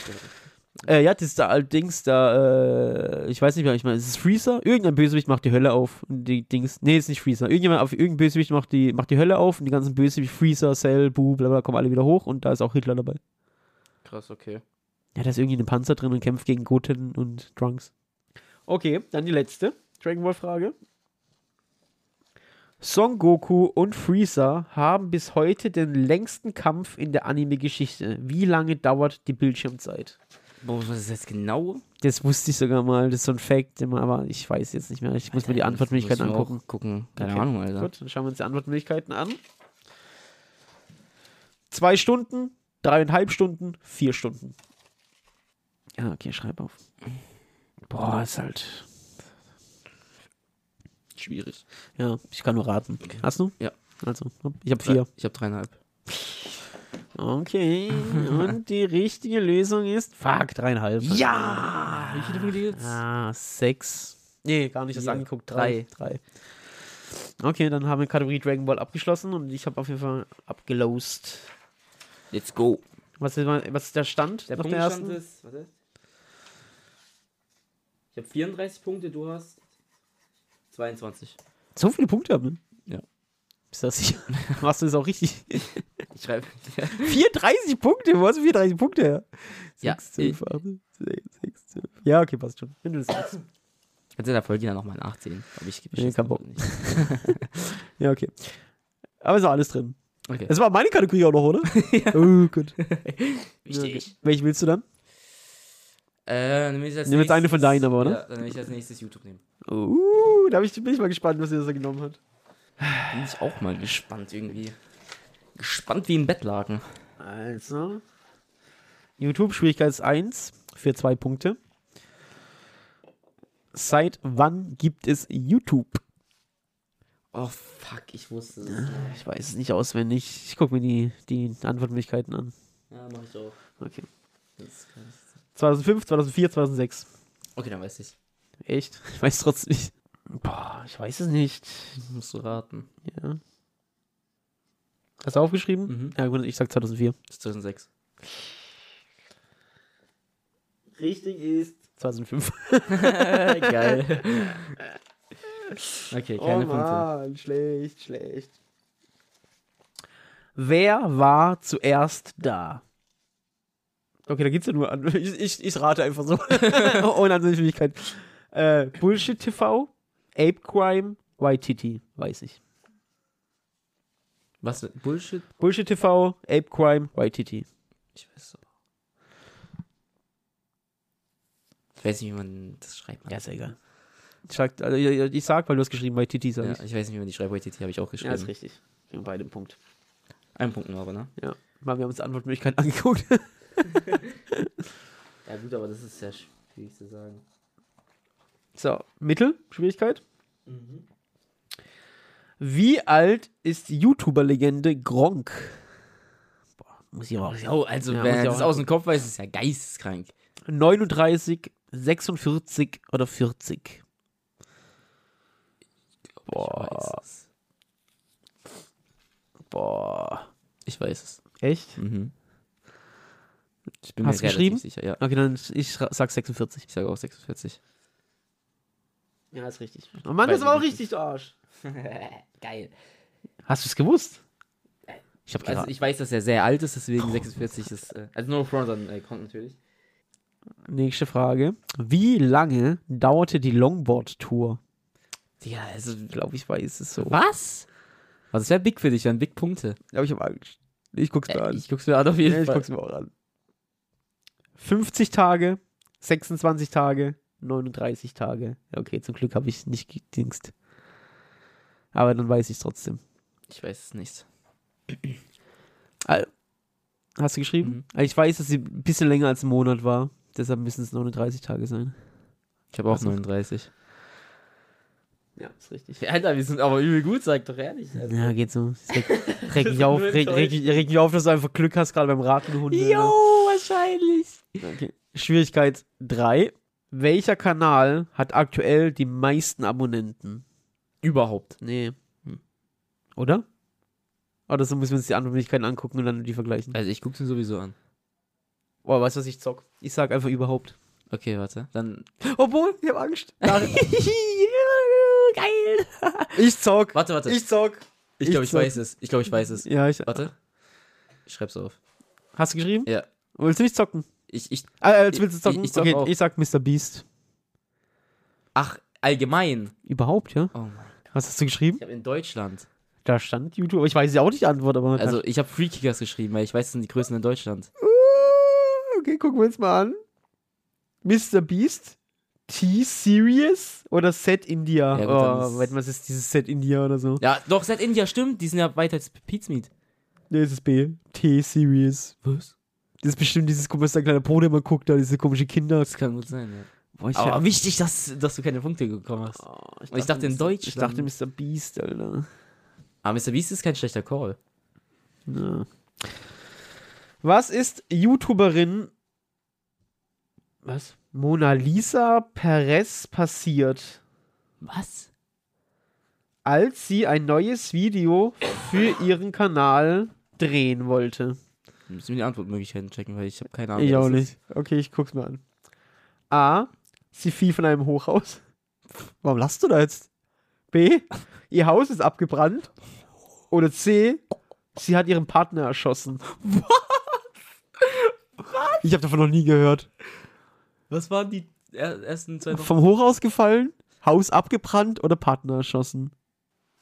Äh, ja, das ist da allerdings da, äh, ich weiß nicht mehr, ich meine, ist es Freezer? Irgendein Bösewicht macht die Hölle auf und die Dings, nee, ist nicht Freezer. Irgendjemand, auf irgendein Bösewicht macht die, macht die Hölle auf und die ganzen Bösewicht, Freezer, Cell, Boo, bla bla, kommen alle wieder hoch und da ist auch Hitler dabei.
Krass, okay.
Ja, da ist irgendwie ein Panzer drin und kämpft gegen Goten und Drunks. Okay, dann die letzte Dragon Ball Frage. Son Goku und Freezer haben bis heute den längsten Kampf in der Anime-Geschichte. Wie lange dauert die Bildschirmzeit?
Boah, was ist jetzt genau?
Das wusste ich sogar mal, das ist so ein Fact, den man- aber ich weiß jetzt nicht mehr. Ich muss mir die
Alter,
Antwortmöglichkeiten
müssen wir auch
angucken.
gucken. Keine
Okay.
Ahnung, Alter.
Gut, dann schauen wir uns die Antwortmöglichkeiten an. Zwei Stunden, dreieinhalb Stunden, vier Stunden. Ja, okay, schreib auf. Boah, ist halt.
Schwierig.
Ja, ich kann nur raten. Hast du?
Ja.
Also, hopp, ich habe vier.
Ich habe dreieinhalb.
Okay, und die richtige Lösung ist. Fuck, dreieinhalb.
Ja! Wie viele Punkte gibt's?
Ah, sechs. Nee, gar nicht, das
Vier.
angeguckt. Drei. drei. Okay, dann haben wir Kategorie Dragon Ball abgeschlossen und ich habe auf jeden Fall abgelost.
Let's go.
Was ist, mein- was ist der Stand nach der ersten?
ist, was ist? Ich habe 34 Punkte, du hast 22.
So viele Punkte haben wir.
Ja.
Ist das sicher? Machst du das auch richtig?
Ich schreibe.
34 Punkte, wo hast du 34 Punkte her?
Ja,
6, 12, 8, 6, 12. Ja, okay, passt schon. Wenn du das sagst.
Kannst du in der Folge dann nochmal nachziehen? Aber ich gebe
Nee, kein Bock. Ja, okay. Aber ist auch alles drin.
Okay.
Es war meine Kategorie auch noch, oder? Oh, gut.
Wichtig.
Welche willst du dann?
Äh, nimm jetzt, als
Nimm jetzt eine
nächstes-
von deinen aber, oder?
Ja, dann nehme ich als nächstes YouTube nehmen.
Uh, da bin ich, bin ich mal gespannt, was ihr da genommen hat.
Bin ich auch mal gespannt irgendwie. Gespannt wie im Bettlaken.
Also. YouTube Schwierigkeit 1 für zwei Punkte. Seit wann gibt es YouTube?
Oh fuck, ich wusste es.
Ich weiß es nicht auswendig. Ich gucke mir die, die Antwortmöglichkeiten an.
Ja, mach ich auch.
Okay.
Das kann ich-
2005, 2004, 2006.
Okay, dann weiß ich.
Echt? Ich weiß trotzdem nicht. Boah, ich weiß es nicht.
Musst du raten.
Ja. Hast du aufgeschrieben?
Mhm.
Ja, gut, ich sag 2004.
Das ist 2006.
Richtig ist 2005.
Geil. Okay, keine Punkte.
Oh schlecht, schlecht. Wer war zuerst da? Okay, da geht's ja nur an. Ich, ich, ich rate einfach so. Ohne Ansehenswürdigkeit. Äh, Bullshit TV, Ape Crime, YTT, weiß ich.
Was? Bullshit?
Bullshit TV, Ape Crime, YTT.
Ich weiß so. Ich weiß nicht, wie man das schreibt.
Ja, ist ja egal. Ich sag, also, ich, ich sag, weil du hast geschrieben, YTT, sag
Ja,
ich.
ich weiß nicht, wie man die schreibt. YTT habe ich auch geschrieben.
richtig. Wir haben beide einen Punkt.
Ein Punkt nur aber, ne?
Ja. Mal, wir haben uns die Antwortmöglichkeiten angeguckt.
Ja, gut, aber das ist sehr schwierig zu sagen.
So, Mittel, Schwierigkeit. Mhm. Wie alt ist die YouTuber-Legende Gronk? Boah, muss ich aber auch.
Oh, also,
Ja, muss
wenn
ich
er das
auch-
aus dem Kopf weiß, ist es ja geisteskrank.
39, 46 oder 40? Boah.
Ich weiß es.
Boah.
Ich weiß es.
Echt?
Mhm. Ich bin
Hast du
mir relativ
geschrieben?
sicher, ja.
Okay, dann ich ra- sag 46.
Ich sage auch 46.
Ja, ist richtig. Oh Mann, das
Weiß
war
ich
auch
nicht.
richtig, du Arsch.
Geil.
Hast du es gewusst? Ich hab
Also
geraten.
ich weiß, dass er sehr alt ist, deswegen 46 ist. Äh, also No Front an äh, kommt natürlich.
Nächste Frage. Wie lange dauerte die Longboard-Tour?
Ja, also.
Ich glaube, ich weiß es so.
Was? Also es wäre big für dich, wären big Punkte.
Aber ich habe Angst. Äh, Ich guck's mir an.
Äh, ich guck's mir an auf
Ja,
jeden
ich
Fall.
guck's mir auch an. 50 Tage, 26 Tage, 39 Tage. Ja, Okay, zum Glück habe ich nicht gedingst. Aber dann weiß ich trotzdem.
Ich weiß es nicht.
Hast du geschrieben?
Mhm.
Also Ich weiß, dass sie ein bisschen länger als ein Monat war. Deshalb müssen es 39 Tage sein.
Ich habe auch
Also-
39.
Ja, ist richtig.
Alter, wir sind aber übel gut, sag doch ehrlich.
Ja, geht so. Es Reg, reg,
Das ist
mich auf,
nur
reg, reg,
enttäuscht.
reg mich auf, dass du einfach Glück ne? hast, gerade beim Ratenhund.
Jo, wahrscheinlich.
Okay. Schwierigkeit 3. welcher Kanal hat aktuell die meisten Abonnenten?
Überhaupt.
Nee. Hm. Oder? Oder so müssen wir uns die anderen Möglichkeiten angucken und dann die vergleichen.
Also ich gucke den sowieso an.
Boah, weißt du, was ich zock? Ich sag einfach überhaupt.
Okay, warte. Dann.
Obwohl, ich hab Angst. Nein.
Geil!
ich zock.
Warte, warte. Ich,
Ich zock.
glaube, ich
zock.
weiß es. Ich glaube, ich weiß es.
Ja, ich.
Warte. Ich schreib's auf.
Hast du geschrieben?
Ja.
Willst du nicht zocken?
Ich, ich.
Äh, äh,
Ich-
willst du zocken?
ich- ich zock
okay,
auch.
ich sag Mr. Beast.
Ach, allgemein.
Überhaupt, ja?
Oh mein.
Was hast du geschrieben?
Ich habe in Deutschland.
Da stand YouTube, aber ich weiß ja auch nicht die Antwort, aber.
Also ich habe Freekickers geschrieben, weil ich weiß, das sind die Größen in Deutschland.
Uh, okay, gucken wir uns mal an. Mr. Beast, T-Series oder Set India?
Ja, gut, dann
oh,
ist-
warte mal, was ist dieses Set India oder so?
Ja, doch, seit India stimmt. Die sind ja weiter als Pizmeat.
Nee, es ist B. T-Series.
Was?
Das ist bestimmt dieses komische kleine Po, der immer guckt, da diese komische Kinder.
Das kann gut sein, ja.
Boah, ich
Aber wichtig, dass, dass du keine Punkte bekommen hast.
Oh,
Und ich dachte
Mr.
in
Ich
Deutschland.
dachte Mr. Beast, Alter.
Aber Mr. Beast ist kein schlechter Call.
Ja. Was ist YouTuberin
Was?
Mona Lisa Perez passiert?
Was?
als sie ein neues Video für ihren Kanal drehen wollte.
Wir müssen die Antwortmöglichkeiten checken, weil ich habe keine Ahnung.
ich
wer
auch
das
nicht. Ah, Okay, ich guck's mir an. A. Sie fiel von einem Hochhaus. Warum lachst du da jetzt? B. Ihr Haus ist abgebrannt. Oder C. Sie hat ihren Partner erschossen. Was? Ich habe davon noch nie gehört.
Ist. Was waren die er- ersten zwei Wochen?
Vom Hochhaus gefallen, Haus abgebrannt oder Partner erschossen?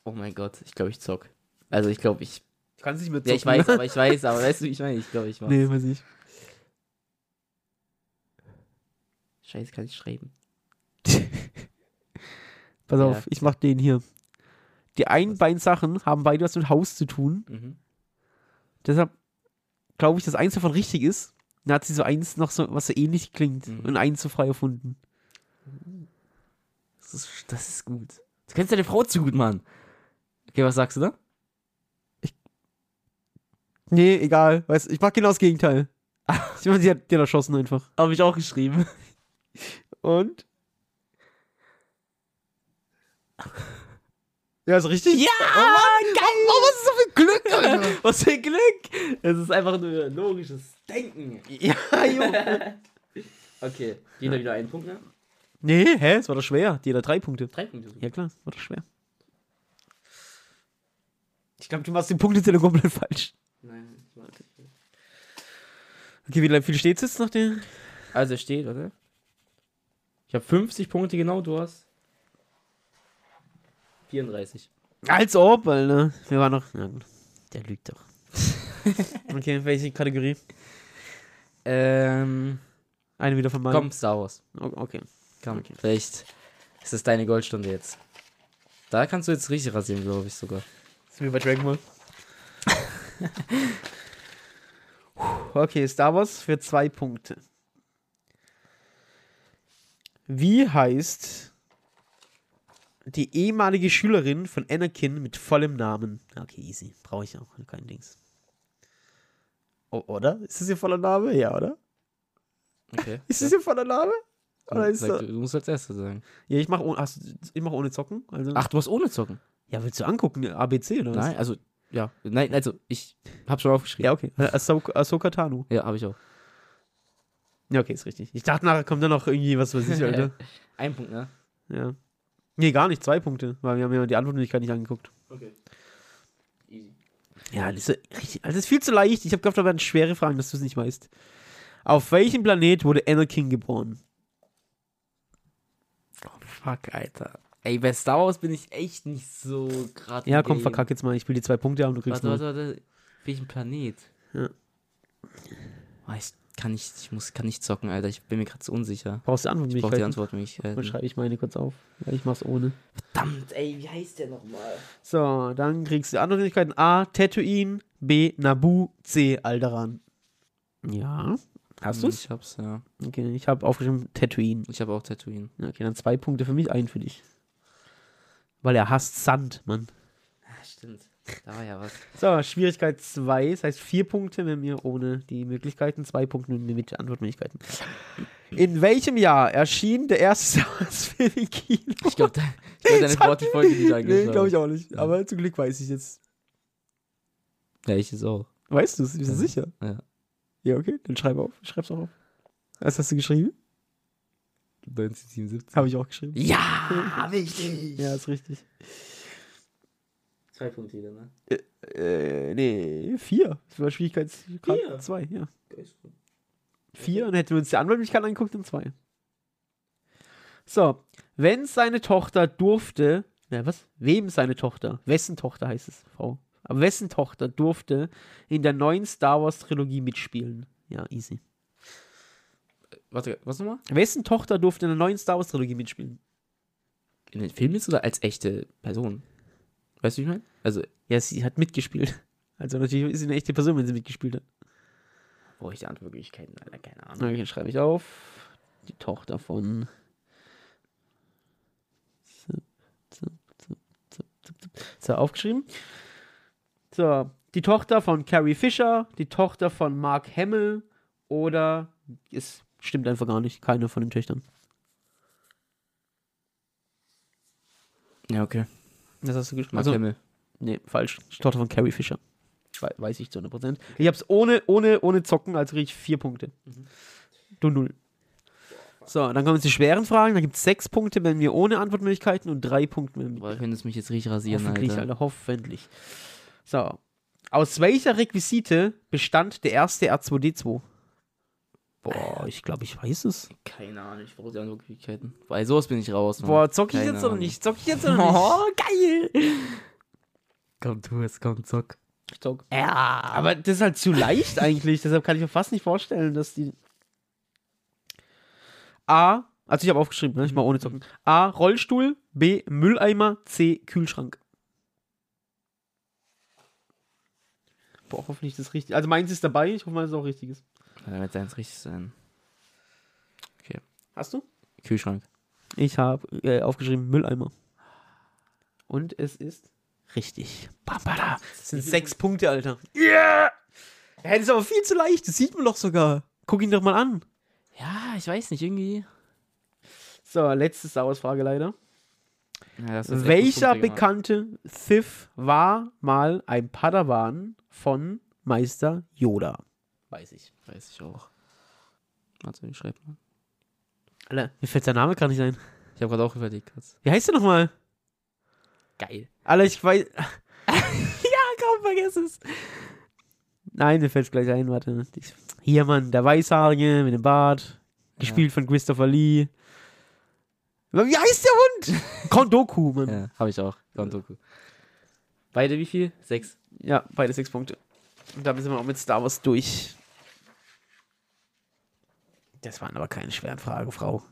Oh mein Gott, ich glaube, ich zock. Also ich glaube, ich.
Ich kann es nicht mehr
Ja, ich weiß, aber ich weiß, aber weißt du, wie ich meine? Ich glaube, ich war.
Nee, weiß ich.
Scheiße, kann ich schreiben.
Pass
Ja.
auf, ich mach den hier. Die einen beiden Sachen haben beide was mit Haus zu tun.
Mhm.
Deshalb glaube ich, dass eins davon richtig ist. Dann hat sie so eins noch so, was so ähnlich klingt
Mhm.
und eins so frei erfunden.
Das ist, das ist gut. Du kennst deine Frau zu gut, Mann. Okay, was sagst du da?
Nee, egal. Weiß, ich mach genau das Gegenteil. ich meine, sie hat den erschossen einfach.
Habe ich auch geschrieben.
Und? Ja, ist richtig?
Ja!
Oh, was ist so viel Glück, Alter?
Was für ein Glück! Es ist einfach nur logisches Denken.
ja, Junge.
Okay, jeder wieder einen Punkt, ne?
Nee, hä? Es war doch schwer. Die hat da drei Punkte.
Drei Punkte.
Ja, klar, war doch schwer. Ich glaube, du machst den Punktezähler komplett falsch.
Nein, ich warte.
Okay, wie lang- viel steht jetzt nach dem?
Also es steht, oder? Ich habe 50 Punkte genau, du hast 34.
Als ob, Alter. Wir waren noch. Na gut. Der lügt doch. okay, welche Kategorie?
Ähm,
Eine wieder von meinem.
komm, Star Wars.
O- Okay.
Komm, vielleicht ist es deine Goldstunde jetzt. Da kannst du jetzt richtig rasieren, glaube ich sogar.
Sind wir bei Dragon Ball? Puh, okay, Star Wars für zwei Punkte. Wie heißt die ehemalige Schülerin von Anakin mit vollem Namen? Okay, easy. Brauche ich auch. Kein Dings. O oder? Ist das ihr voller Name? Ja, oder?
Okay.
Ist das ihr voller Name? Oder ist
Sag,
das...
du, du musst als Erster sagen.
Ja, ich mache ohne, hast du- ich mach ohne Zocken. Also.
Ach, du hast ohne zocken.
Ja, willst du angucken? ABC oder was?
Nein, also, ja. Nein, also, ich habe schon aufgeschrieben.
Ja, okay. Äh, Ahsoka, Ahsoka Tano.
Ja, habe ich auch.
Ja, okay, ist richtig. Ich dachte, nachher kommt dann noch irgendwie was weiß ich, Alter.
Ein Punkt, ne?
ja. Nee, gar nicht. Zwei Punkte, weil wir haben ja die Antwortmöglichkeit nicht angeguckt.
Okay. Easy.
Ja, das ist, richtig, also das ist viel zu leicht. Ich habe gehofft, da werden schwere Fragen, dass du es nicht weißt. Auf welchem Planet wurde Anakin geboren?
Fuck, Alter. Ey, bei Star Wars bin ich echt nicht so gerade.
Ja,
im
komm,
Game.
verkack jetzt mal. Ich will die zwei Punkte haben, du kriegst
Warte,
null.
warte, warte. Welchen Planet?
Ja.
Oh, ich kann nicht, ich muss, kann nicht zocken, Alter. Ich bin mir gerade so unsicher.
Brauchst du
Ich brauche
Antwortmöglichkeiten?
die Antwort nicht.
Dann schreibe ich meine kurz auf. Ja, ich mach's ohne.
Verdammt, ey, wie heißt der nochmal?
So, dann kriegst du die Antwortmöglichkeiten A, Tatooine, B, Nabu, C, Alderan. Ja. Hast du's?
Hm, Ich hab's, ja.
Okay, ich habe aufgeschrieben Tatooine.
Ich habe auch Tatooine.
Ja, Okay, dann zwei Punkte für mich, einen für dich. Weil er hasst Sand, Mann.
Ah, stimmt. Da war ja was.
So, Schwierigkeit 2, das heißt vier Punkte mit mir ohne die Möglichkeiten, zwei Punkte mit mir mit Antwortmöglichkeiten. In welchem Jahr erschien der erste Science-Film im Kino?
Ich glaube, da, ich glaub, deine
Das hat-
Wort die Folge nicht
Nee,
angeschaut.
glaube ich auch nicht. Aber zum Glück weiß ich jetzt.
Ja, ich jetzt auch.
Weißt du es? Bist du
Ja.
sicher?
Ja.
Ja, okay, dann schreib auf. Schreib's auch auf. Was hast du geschrieben?
1977.
Habe ich auch geschrieben.
Ja, wichtig.
Ja, ist richtig.
Zwei Punkte wieder, ne?
Äh, nee, vier. Das war
Vier?
Schwierigkeitsgrad zwei, ja. Vier, dann hätten wir uns die Anwaltlichkeit angeguckt und zwei. So, wenn seine Tochter durfte, na was? Wem seine Tochter? Wessen Tochter heißt es, Frau? Aber wessen Tochter durfte in der neuen Star Wars Trilogie mitspielen? Ja, easy.
Warte, was nochmal?
Wessen Tochter durfte in der neuen Star Wars Trilogie mitspielen?
In den Film jetzt oder als echte Person? Weißt du, wie ich meine? Also,
Ja, sie hat mitgespielt. Also natürlich ist sie eine echte Person, wenn sie mitgespielt hat.
brauche ich die Antwortmöglichkeiten? Alter, keine Ahnung.
Okay, schreibe ich auf. Die Tochter von. Zup, zup, zup, zup, zup, zup. So, aufgeschrieben. So, die Tochter von Carrie Fisher, die Tochter von Mark Hamill oder es stimmt einfach gar nicht, keine von den Töchtern.
Ja, okay.
Das hast du geschrieben.
Mark
Also,
Hamill.
nee, falsch. Die Tochter von Carrie Fisher. We- Weiß ich zu 100%. Ich hab's ohne, ohne, ohne Zocken, also krieg ich vier Punkte. Du null. So, dann kommen jetzt die schweren Fragen. Da gibt es sechs Punkte bei mir ohne Antwortmöglichkeiten und drei Punkte bei mir.
Boah, könntest mich jetzt richtig rasieren,
Hoffentlich,
Alter.
Alter, hoffentlich. So. Aus welcher Requisite bestand der erste R2D2? Boah, ich glaube, ich weiß es.
Keine Ahnung, ich brauche die Antwortmöglichkeiten. Bei sowas bin ich raus, Mann.
Boah, zock ich
Keine
jetzt oder
Ahnung.
nicht? Zock ich jetzt oder nicht? Oh, geil!
Komm, tu es, komm, zock.
Ich zock. Ja. Aber das ist halt zu leicht eigentlich. Deshalb kann ich mir fast nicht vorstellen, dass die. A. Also ich habe aufgeschrieben, ne? ich mal ohne zocken. A. Rollstuhl. B. Mülleimer. C. Kühlschrank. Boah, hoffentlich ist das richtig. Also meins ist dabei. Ich hoffe mal, dass es auch richtig ist.
Damit deins richtig sein.
Hast du?
Kühlschrank.
Ich habe äh, aufgeschrieben Mülleimer. Und es ist richtig. Bambada. Das sind sechs Punkte, Alter. Yeah! Ja, das ist aber viel zu leicht. Das sieht man doch sogar. Guck ihn doch mal an.
Ja, ich weiß nicht, irgendwie.
So, letzte Star Wars-Frage leider.
Ja, das ist echt
Welcher
Punkte gemacht.
bekannte Sith war mal ein Padawan von Meister Yoda? Weiß ich.
Weiß ich auch. Warte, ich schreib mal.
Alter, mir fällt sein Name gar nicht ein.
Ich habe gerade auch überlegt. Kurz.
Wie heißt der nochmal?
Geil.
Alter, ich weiß.
Komm, vergiss es.
Nein, mir fällt gleich ein, warte. Ich- Hier, Mann, der Weißhaarige mit dem Bart. Gespielt von Christopher Lee. Aber Wie heißt der Hund? Kondoku, Mann. Ja.
Ja, habe ich auch. Kontoku. Beide wie viel? Sechs.
beide sechs Punkte. Und damit sind wir auch mit Star Wars durch. Das waren aber keine schweren Fragen, Frau.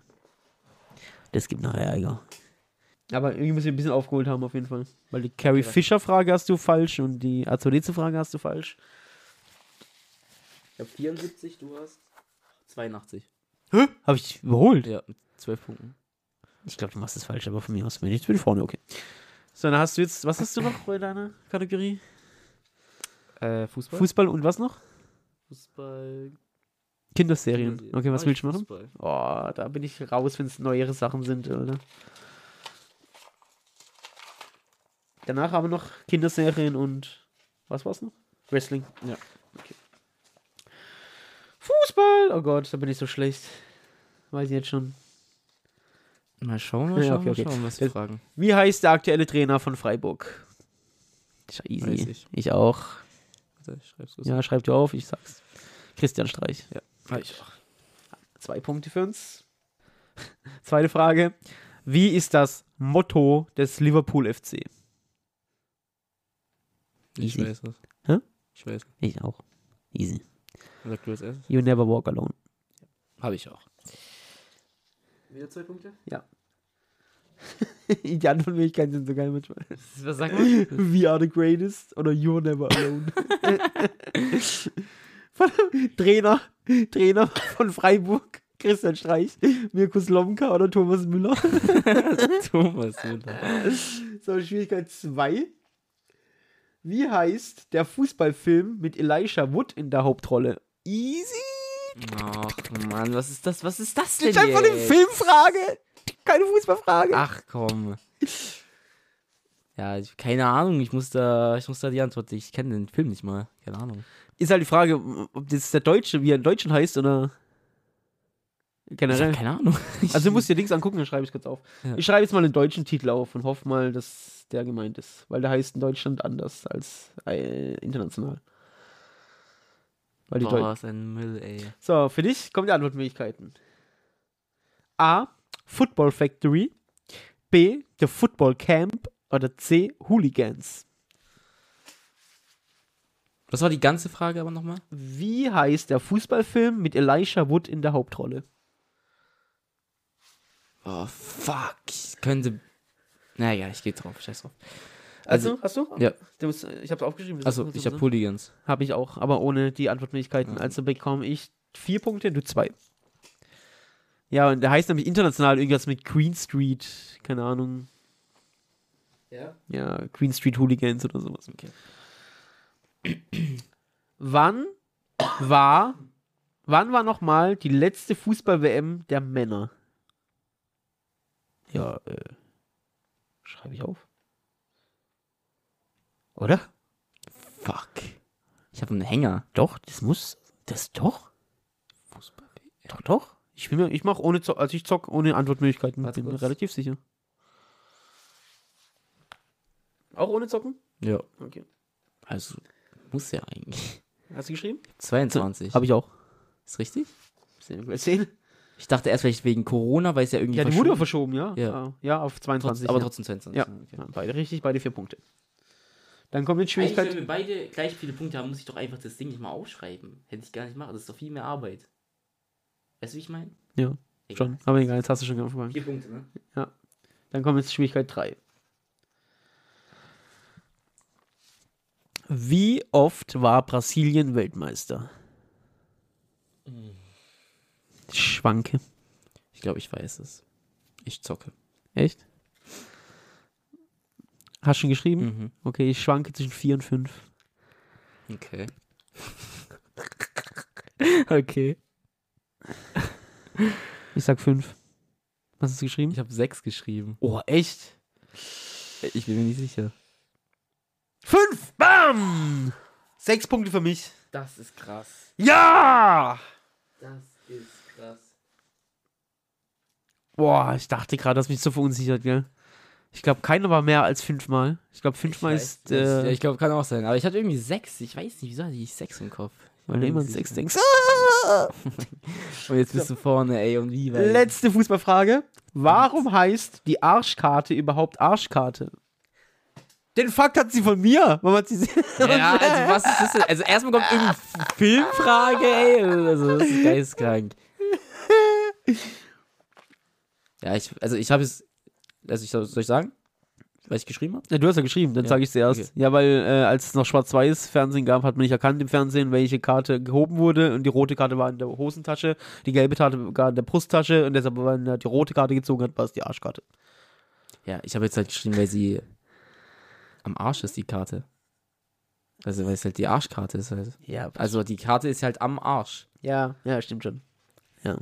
Das gibt nachher Ärger. Aber irgendwie muss ich ein bisschen aufgeholt haben, auf jeden Fall. Weil die Carrie Fisher-Frage hast du falsch und die Azuleze-Frage hast du falsch.
Ich habe 74, du hast 82.
Habe ich überholt?
Ja, mit 12 Punkten.
Ich glaube, du machst es falsch, aber von mir aus, wenn nicht, bin ich vorne, okay. So, dann hast du jetzt, was hast du noch in deiner Kategorie?
Äh, Fußball?
Fußball und was noch?
Fußball.
Kinderserien. Okay, was willst du machen?
Fußball.
Oh, da bin ich raus, wenn es neuere Sachen sind, oder? Danach haben wir noch Kinderserien und was war's noch? Wrestling.
Ja.
Okay. Fußball! Oh Gott, da bin ich so schlecht. Weiß ich jetzt schon.
Mal schauen, mal
Ja,
schauen,
okay, okay.
mal schauen, was die
Jetzt-
fragen.
Wie heißt der aktuelle Trainer von Freiburg? Ist ja easy.
Weiß ich.
ich auch.
Warte, Also ich schreib's kurz.
Ja, schreibt ihr auf, ich sag's. Christian Streich.
Ah, ich auch.
Zwei Punkte für uns. Zweite Frage. Wie ist das Motto des Liverpool FC?
Ich
Easy.
weiß es.
Hä?
Ich weiß es.
Ich auch. Easy.
Sag du es erst.
You never walk alone.
Habe ich auch. Wieder zwei Punkte?
Die anderen Möglichkeiten sind so geil manchmal.
Was sag mal?
We are the greatest oder You're never alone. Von dem Trainer, Trainer von Freiburg, Christian Streich, Mirkus Lomka oder Thomas Müller.
Thomas Müller.
So, Schwierigkeit 2. Wie heißt der Fußballfilm mit Elisha Wood in der Hauptrolle? Easy?
Ach, Mann, was ist das? Was ist das denn?
Ich einfach eine
jetzt?
Filmfrage. Keine Fußballfrage.
Ach komm. Ja, ich, keine Ahnung, ich muss da, ich muss da die Antwort. Ich kenne den Film nicht mal. Keine Ahnung.
Ist halt die Frage, ob das der Deutsche, wie er in Deutschen heißt, oder
Ich
generell.
hab keine Ahnung. Ich,
Also du musst dir Dings angucken, dann schreibe ich kurz auf.
Ja.
Ich schreibe jetzt mal den deutschen Titel auf und hoffe mal, dass der gemeint ist. Weil der heißt in Deutschland anders als äh, international. Weil die Deu-
Boah, ist ein Müll, ey.
So, für dich kommen die Antwortmöglichkeiten. A. Football Factory. B. The Football Camp. Oder C. Hooligans.
Was war die ganze Frage aber nochmal?
Wie heißt der Fußballfilm mit Elisha Wood in der Hauptrolle?
Oh, fuck. Ich könnte. Naja, ich gehe drauf. Scheiß drauf.
Also, hast du?
Ja.
Du musst, ich hab's aufgeschrieben.
Achso, ich
ne?
habe Hooligans.
Habe ich auch, aber ohne die Antwortmöglichkeiten. Also bekomme ich vier Punkte, du zwei. Ja, und der heißt nämlich international irgendwas mit Queen Street, keine Ahnung.
Ja?
Ja, Queen Street Hooligans oder sowas.
Okay.
Wann war, wann war nochmal die letzte Fußball-WM der Männer? Ja, äh, schreibe ich auf. Oder?
Fuck. Ich habe einen Hänger.
Doch, das muss, das doch.
Fußball.
Doch, doch. Ich, bin mir, ich mache ohne, Zo- also ich zock ohne Antwortmöglichkeiten.
Warte
bin mir
kurz.
relativ sicher. Auch ohne Zocken?
Ja.
Okay.
Also, muss ja eigentlich.
Hast du geschrieben?
22.
Habe ich auch.
Ist richtig?
Sehen.
Ich dachte erst vielleicht wegen Corona, weil es ja irgendwie.
Ja, die wurde
verschoben-
verschoben, ja.
Ja.
Ah, ja auf 22.
Trotz, aber
ja.
trotzdem 22.
Ja. ja, beide richtig, beide vier Punkte. Dann kommt jetzt
Eigentlich, wenn
Schwierigkeit.
wir beide gleich viele Punkte haben, muss ich doch einfach das Ding nicht mal aufschreiben. Hätte ich gar nicht machen. Das ist doch viel mehr Arbeit. Weißt du, wie ich meine?
Ja,
Egal.
schon. Aber egal, jetzt hast du schon angefangen.
Vier Punkte, ne?
Dann kommt jetzt Schwierigkeit 3. Wie oft war Brasilien Weltmeister? Schwanke.
Ich glaube, ich weiß es. Ich zocke.
Echt? Hast schon geschrieben?
Mhm.
Okay, ich schwanke zwischen 4 und 5.
Okay.
Okay. Ich sag 5. Was hast du geschrieben?
Ich habe sechs geschrieben.
Oh, echt?
Ich bin mir nicht sicher.
5! Bam! 6 Punkte für mich.
Das ist krass.
Ja!
Das ist krass.
Boah, ich dachte gerade, dass mich so verunsichert, gell? Ich glaube, keiner war mehr als fünfmal. Ich glaube,
Ich
fünfmal
weiß,
ist, äh,
ich glaube, kann auch sein. Aber ich hatte irgendwie sechs. Ich weiß nicht, wieso hatte ich sechs im Kopf.
weil du immer an sechs denkst. Ah!
Und jetzt bist du vorne, ey, und wie weit?
Letzte Fußballfrage. Warum heißt die Arschkarte überhaupt Arschkarte? Den Fakt hat sie von mir. Warum hat sie
Ja, also was ist das denn? Also erstmal kommt irgendeine Filmfrage, ey. Also das ist geisteskrank. Ja, ich, also ich habe es, also ich soll ich sagen, was ich geschrieben habe?
Ja, du hast ja geschrieben, dann
Ja,
sage ich zuerst.
okay.
Ja, weil äh, als es noch schwarz-weiß Fernsehen gab, hat man nicht erkannt im Fernsehen, welche Karte gehoben wurde. Und die rote Karte war in der Hosentasche, die gelbe Karte war in der Brusttasche. Und deshalb, wenn er die rote Karte gezogen hat, war es die Arschkarte.
Ja, ich habe jetzt halt geschrieben, weil sie am Arsch ist, die Karte. Also weil es halt die Arschkarte ist halt.
Ja,
Also die Karte ist halt am Arsch.
ja, ja, stimmt schon. Ja.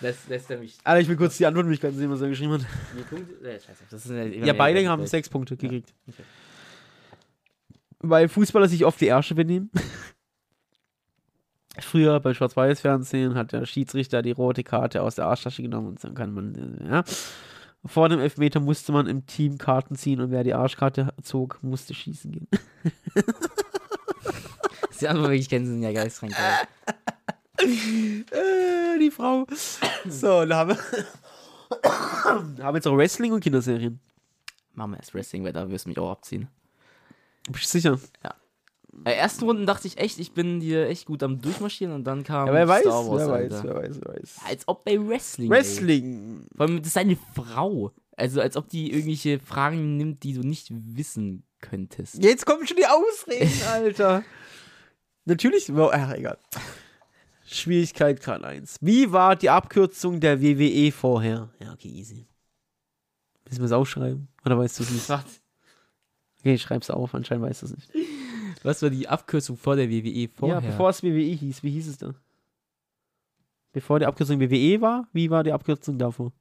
Lässt, lässt er mich
Aber ich will kurz die Antwortmöglichkeiten sehen, was er geschrieben hat.
die Punkte? Nee, scheiße. Das ist eine,
Ja, beide haben sechs Punkte gekriegt.
okay.
Weil Fußballer sich oft die Ärsche benehmen. Früher bei Schwarz-Weiß-Fernsehen hat der Schiedsrichter die rote Karte aus der Arschtasche genommen und dann kann man, äh, ja. Vor dem Elfmeter musste man im Team Karten ziehen und wer die Arschkarte zog, musste schießen gehen.
Die Antwortmöglichkeiten sind ja geisteskrank. geil.
Äh, die Frau. So, da haben wir, haben jetzt auch Wrestling und Kinderserien.
Mama ist Wrestling, weil da wirst du mich auch abziehen.
Bist du sicher?
Bei ersten Runden dachte ich echt, ich bin hier echt gut am Durchmarschieren und dann kam
Ja, wer weiß,
Star Wars,
wer weiß,
Alter.
wer weiß, wer weiß.
Als ob bei Wrestling. Ey.
Wrestling.
Vor allem, das ist eine Frau. Also als ob die irgendwelche Fragen nimmt, die du nicht wissen könntest.
Jetzt kommen schon die Ausreden, Alter. Natürlich, wo- ach, egal. Schwierigkeit Karl 1. Wie war die Abkürzung der E WWE vorher? Ja, okay, easy. Müssen wir es aufschreiben? Oder weißt du es nicht?
Was?
Okay, ich schreib's auf, anscheinend weiß das nicht.
Was war die Abkürzung vor der WWE
Ja,
vorher?
bevor es WWE hieß, wie hieß es da? Bevor die Abkürzung WWE war, wie war die Abkürzung davor?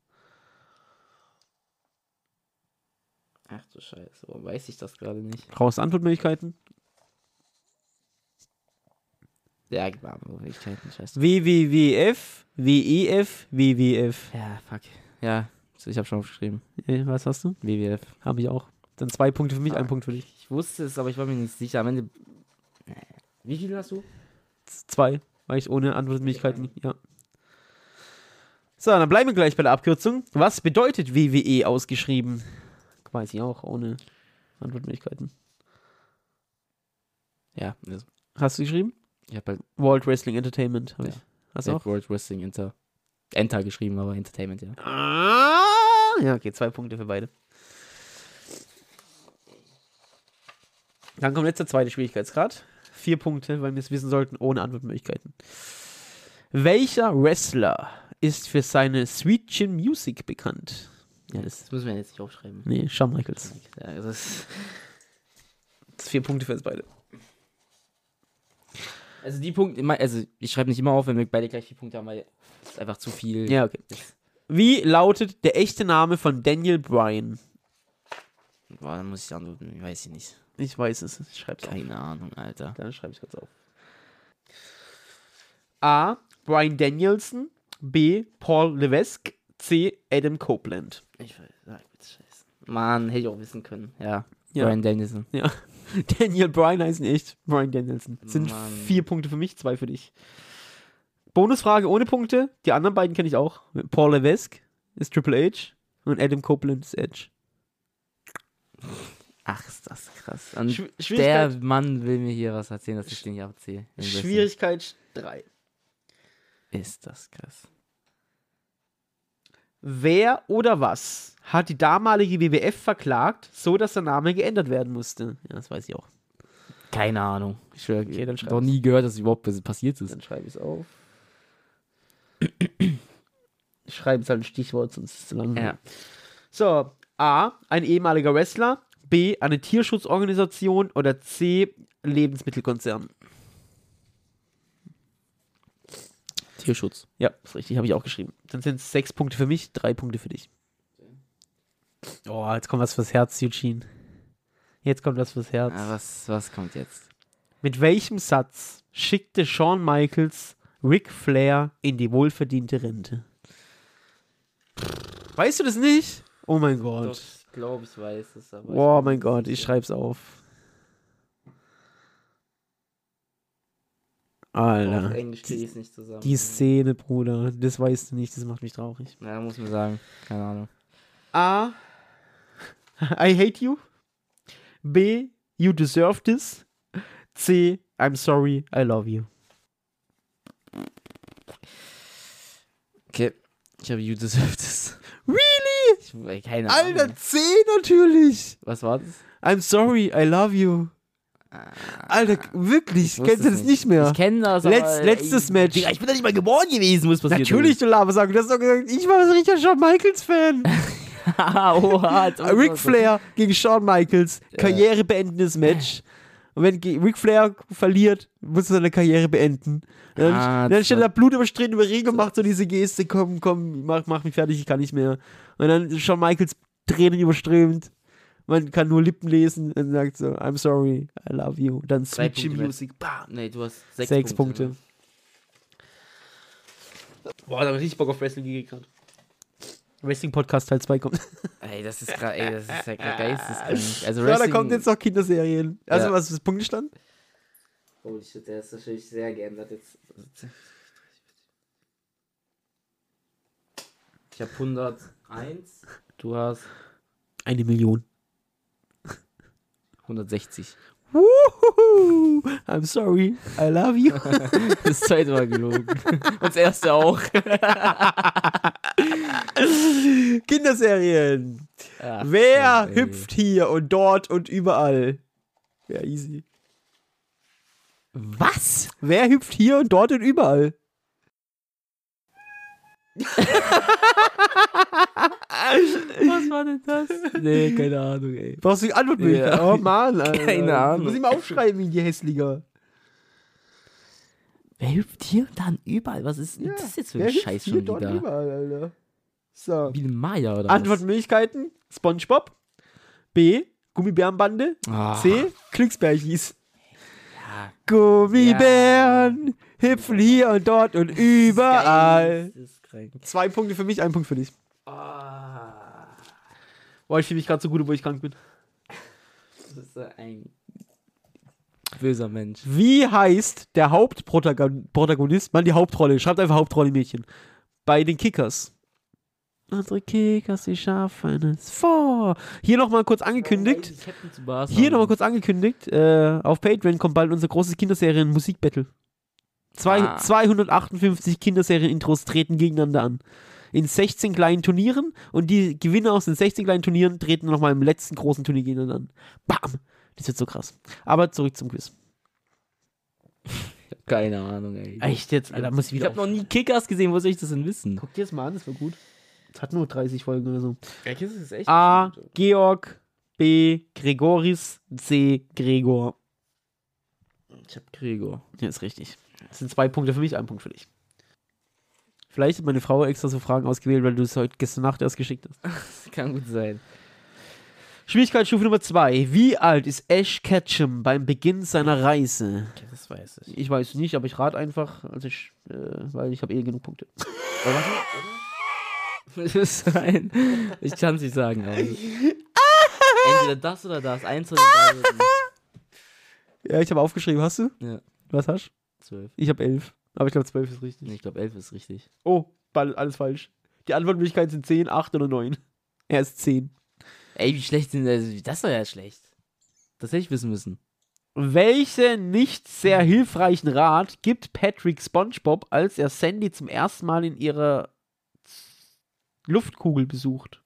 Ach du Scheiße, warum weiß ich das gerade nicht?
Raus Antwortmöglichkeiten.
Ja, genau, Möglichkeiten, scheiße.
WWWF, WEF, WWF.
Ja, fuck. Ja, ich habe schon aufgeschrieben.
E Äh, Was hast du?
WWF.
Habe ich auch. Dann zwei Punkte für mich,
Ah.
ein Punkt für dich.
Ich wusste es, aber ich war mir nicht sicher. Am Ende. Äh, Wie viel hast du?
Z- Zwei, weil ich ohne Antwortmöglichkeiten, ja. So, dann bleiben wir gleich bei der Abkürzung. Was bedeutet WWE ausgeschrieben? Weiß ich auch, ohne Antwortmöglichkeiten.
Ja, also,
Hast du geschrieben?
ich habe halt
World Wrestling Entertainment. hab
Ja.
ich. Hast du
Safe
auch?
World Wrestling Enter. Enter geschrieben, aber Entertainment, ja.
Ah, Ja, okay, zwei Punkte für beide. Dann kommt jetzt der zweite Schwierigkeitsgrad. Vier Punkte, weil wir es wissen sollten, ohne Antwortmöglichkeiten. Welcher Wrestler ist für seine Sweet Chin Music bekannt? Ja, das.
Das müssen wir jetzt nicht aufschreiben.
Nee, Shawn Michaels.
Ja, das ist,
Das ist vier Punkte für uns beide.
also die Punkte, immer- also ich schreibe nicht immer auf, wenn wir beide gleich die Punkte haben, weil es ist einfach zu viel.
Ja, okay. Wie lautet der echte Name von Daniel Bryan?
Boah, dann muss ich antworten, ich weiß ich nicht.
Ich weiß es. Ich schreib's auf.
Keine Ahnung, Alter.
Dann schreibe ich kurz auf. A. Brian Danielson. B. Paul Levesque. C. Adam Copeland.
Ich weiß, sag bitte Scheiße. Mann, hätte ich auch wissen können. Ja.
Ja.
Brian Dennison.
Ja. Daniel Bryan heißt nicht Brian Danielson. Das sind
Mann.
vier Punkte für mich, zwei für dich. Bonusfrage ohne Punkte. Die anderen beiden kenne ich auch. Paul Levesque ist Triple H und Adam Copeland ist Edge.
Ach, ist das krass. Und
Schw-
der
Schwierigkeit,
Mann will mir hier was erzählen, dass ich den nicht abziehe. Im Wrestling.
Schwierigkeit 3.
Ist das krass.
Wer oder was hat die damalige WWF verklagt, so dass der Name geändert werden musste? Ja, das weiß ich auch.
Keine Ahnung. Ich schwör,
Okay, dann
ich
schreib's.
habe noch nie gehört, dass überhaupt passiert ist.
Dann schreibe ich es auf. Ich schreibe es halt ein Stichwort, sonst ist es zu lang.
Ja.
So, A, ein ehemaliger Wrestler, B, eine Tierschutzorganisation oder C, Lebensmittelkonzern.
Tierschutz.
Ja, ist richtig, habe ich auch geschrieben. Dann sind es sechs Punkte für mich, drei Punkte für dich. Oh, jetzt kommt was fürs Herz, Eugene. Jetzt kommt was fürs Herz.
Ah, was, was kommt jetzt?
Mit welchem Satz schickte Shawn Michaels Ric Flair in die wohlverdiente Rente? Weißt du das nicht? Oh mein Gott.
ich glaube, ich weiß es, aber.
Oh mein Gott, ich schreib's auf. Alter.
Englisch
krieg
es nicht zusammen.
Die Szene, Bruder. Das weißt du nicht, das macht mich traurig.
Na, muss man sagen. Keine Ahnung.
A. I hate you. B. You deserve this. C. I'm sorry, I love you.
Okay. Ich habe You Deserve This.
Really?
Ich, ey, keine Ahnung.
Alter, C natürlich.
Was war das?
I'm sorry, I love you. Alter, wirklich,
Ah. Ich wusste
kennst du
es
das nicht mehr?
Ich kenne das, aber,
Letz, letztes
ey,
Match.
Digga, ich bin da nicht mal geboren gewesen, wo es passiert
Natürlich, du Labersack. Du hast doch gesagt, ich war ein richtiger Shawn Michaels-Fan.
ist. Oha. das war so.
Äh, Ric Flair gegen Shawn Michaels. Karriere beendendes Match. Und wenn ge- Ric Flair verliert, muss er seine Karriere beenden. Und dann,
Ah,
dann
das
steht
war-
er Blut überstritten über Regen und macht so diese Geste: komm, komm, mach, mach mich fertig, ich kann nicht mehr. Und dann ist Shawn Michaels Tränen überströmt. Man kann nur Lippen lesen und sagt so: I'm sorry, I love you. Dann
Drei
Switch
Punkte.
Music, bam.
Nee, du hast sechs,
Sechs, Punkte. Boah, da hab ich richtig Bock auf Wrestling gekriegt gerade. Wrestling Podcast Teil 2 kommt.
ne? Ey, das ist gerade, ey, das ist ja gerade geisteskrank. Also
Äh, Ja, da
Wrestling-
kommt jetzt noch Kinderserien. Also,
Ja.
was ist Punktestand?
Holy shit, der ist natürlich sehr geändert jetzt. Ich habe 101. Du hast
Eine Million.
160.
Woohoo! I'm sorry, I love you.
Das zweite Mal gelogen. Und das erste auch.
Kinderserien. Wer hüpft hier und dort und überall? Ja, easy.
Was?
Wer hüpft hier und dort und überall?
Was war denn das? Nee, keine Ahnung, ey.
Brauchst du die Antwort nicht?
Ja.
Oh Mann, Alter.
Keine Ahnung.
Muss ich mal aufschreiben, wie die Hässlicher.
Wer hilft hier dann überall? Was ist denn
Ja.
das jetzt für
Wer
ein
hilft
Scheiß
hier
schon
dort
wieder?
Überall, Alter. So.
Wie ein Maya oder
Antwortmöglichkeiten: SpongeBob. B. Gummibärenbande.
was? Ah,
C. Glücksbärchis.
ja.
Gummibären hüpfen hier und dort und überall.
Das ist krank.
Zwei Punkte für mich, ein Punkt für dich.
Ah,
Boah, ich fühle mich gerade so gut, obwohl ich krank bin.
das ist so ein böser Mensch.
Wie heißt der Hauptprotagonist, Mann, die Hauptrolle, schreibt einfach Hauptrolle, Mädchen, bei den Kickers? Unsere Kickers, die schaffen es vor. Hier nochmal kurz angekündigt.
Ähm.
Hier nochmal kurz angekündigt, äh, auf Patreon kommt bald unser großes Kinderserien Musikbattle. Zwei,
Ah.
258 Kinderserien-Intros treten gegeneinander an. In 16 kleinen Turnieren und die Gewinner aus den 16 kleinen Turnieren treten nochmal im letzten großen Turnier gegeneinander an. Bam! Das wird so krass. Aber zurück zum Quiz.
Keine Ahnung, ey.
Echt jetzt? Alter, muss ich
Ich
wieder.
hab noch nie Kickers gesehen, wo soll ich das denn wissen?
Guck dir das mal an, das war gut. Das hat nur 30 Folgen oder so.
Kickers ist echt.
A. Georg. B. Gregoris. C. Gregor.
Ich hab Gregor.
Ja, ist richtig. Das sind zwei Punkte für mich, ein Punkt für dich. Vielleicht hat meine Frau extra so Fragen ausgewählt, weil du es heute gestern Nacht erst geschickt hast.
Das kann gut sein.
Schwierigkeitsstufe Nummer zwei. Wie alt ist Ash Ketchum beim Beginn seiner Reise?
Das weiß ich.
Ich weiß nicht, aber ich rate einfach, also ich, äh, weil ich habe eh genug Punkte.
Das ist ein. Ich kann's nicht sagen, aber. Entweder das oder das. Eins oder das.
Ja, ich habe aufgeschrieben. Hast du?
Ja,
Was hast du?
zwölf.
Ich habe elf. Aber ich glaube, zwölf ist richtig.
Nee, ich glaube, elf ist richtig.
Oh, Ball, alles falsch. Die Antwortmöglichkeiten sind 10, 8 oder 9. Er ist 10.
Ey, wie schlecht sind das? Das war ja schlecht. Das hätte ich wissen müssen.
Welchen nicht sehr hilfreichen Rat gibt Patrick SpongeBob, als er Sandy zum ersten Mal in ihrer Luftkugel besucht?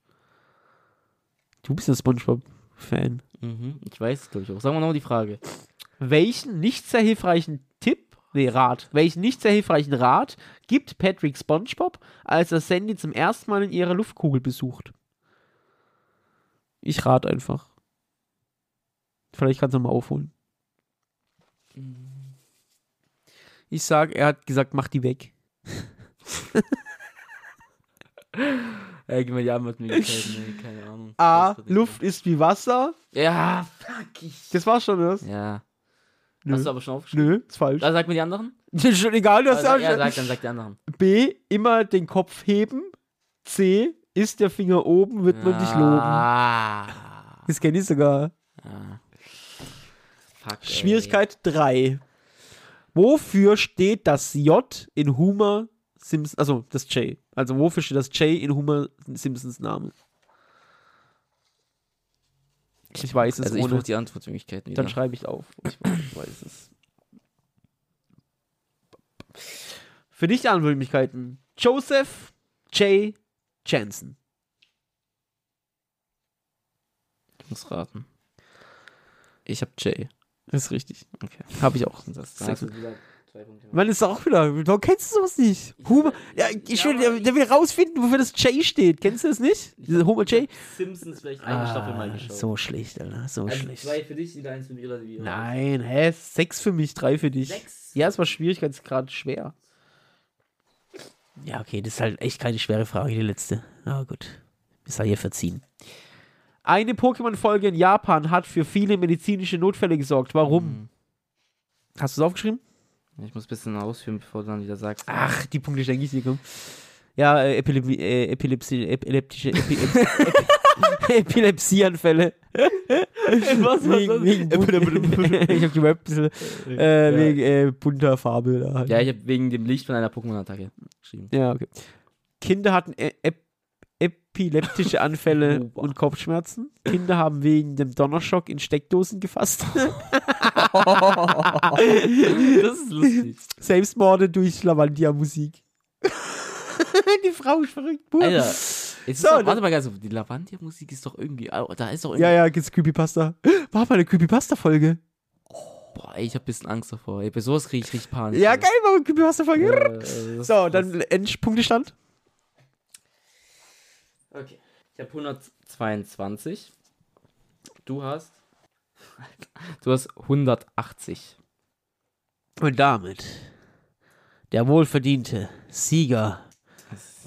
Du bist ein SpongeBob-Fan.
Mhm. Ich weiß es, glaube ich, auch. Sagen wir nochmal die Frage.
Welchen nicht sehr hilfreichen Tipp, nee, Rat, welchen nicht sehr hilfreichen Rat gibt Patrick SpongeBob, als er Sandy zum ersten Mal in ihrer Luftkugel besucht? Ich rate einfach. Vielleicht kannst du mal aufholen. Ich sag, er hat gesagt, mach die weg.
Ey, gib mir die Antwortmöglichkeiten. Nee, keine Ahnung.
A,
Weiß ich nicht.
Luft ist wie Wasser.
Ja, fuck ich.
Das war's schon, oder? was?
Ja.
Nö.
Hast du aber schon aufgeschrieben?
Nö, ist falsch.
Da sag mir die anderen.
ist schon egal, du hast
Also,
ja
er
schon.
sagt, dann sagt die anderen.
B, immer den Kopf heben. C, ist der Finger oben, wird man dich loben.
Ah.
Das kenne ich sogar.
Ah. Fuck. ey.
Schwierigkeit 3. Wofür steht das J in Homer Simpsons, also das J. Also wofür steht das J in Homer Simpsons Namen? Ich weiß es
Also, ich
ohne.
brauche die Antwortmöglichkeiten wieder.
Dann schreibe ich auf. Ich weiß- weiß es. Für dich die Antwortmöglichkeiten. Joseph J. Jansen.
Ich muss raten. Ich hab Jay.
Das ist richtig.
Okay.
Habe ich auch.
Und das
Sechs-
da hast du wieder zwei Punkte.
Man ist auch wieder. Warum kennst du sowas nicht? Homer. Ja, ich schwöre, der, der will rausfinden, wofür das J steht. Kennst du das nicht? Diese Homer J?
Simpsons vielleicht
so schlecht, Alter. So
Also,
schlecht.
für dich, wieder eins für mich oder wie?
Nein, hä? Sechs für mich, drei für dich.
Sechs?
Ja, es war Schwierigkeitsgrad schwer. Ja, okay, das ist halt echt keine schwere Frage, die letzte. Na gut, ist halt hier verziehen. Eine Pokémon-Folge in Japan hat für viele medizinische Notfälle gesorgt. Warum?
Mhm.
Hast du es aufgeschrieben?
Ich muss ein bisschen ausführen, bevor du dann wieder sagst.
Ach, die Punkte schenke ich dir, komm. Ja, äh, Epilepsie, äh, Epilepsie, ep epileptische, epi ep Epilepsieanfälle.
was war das?
wegen, wegen ich hab gerappt ein bisschen. Äh, Wegen äh, bunter Farbe. Da halt.
Ja, ich habe wegen dem Licht von einer Pokémon-Attacke geschrieben.
Ja, okay. Kinder hatten e ep epileptische Anfälle und Kopfschmerzen. Kinder haben wegen dem Donnerschock in Steckdosen gefasst.
das ist lustig.
Selbstmorde durch Lavandia-Musik. die Frau ist verrückt. Buh.
Alter, es ist
So,
doch,
dann-
warte mal ganz auf, die Lavandia-Musik ist doch irgendwie, au, da ist doch irgendwie,
Ja, ja, gibt's Creepypasta. War mal eine Creepypasta-Folge.
boah, ey, ich hab ein bisschen Angst davor. Ey, bei sowas kriege ich richtig Panik.
Ja, geil, war eine Creepypasta-Folge.
Äh, äh, das-
So, dann Endpunktestand.
Okay. Ich habe 122. Du hast. Du hast 180.
Und damit der wohlverdiente Sieger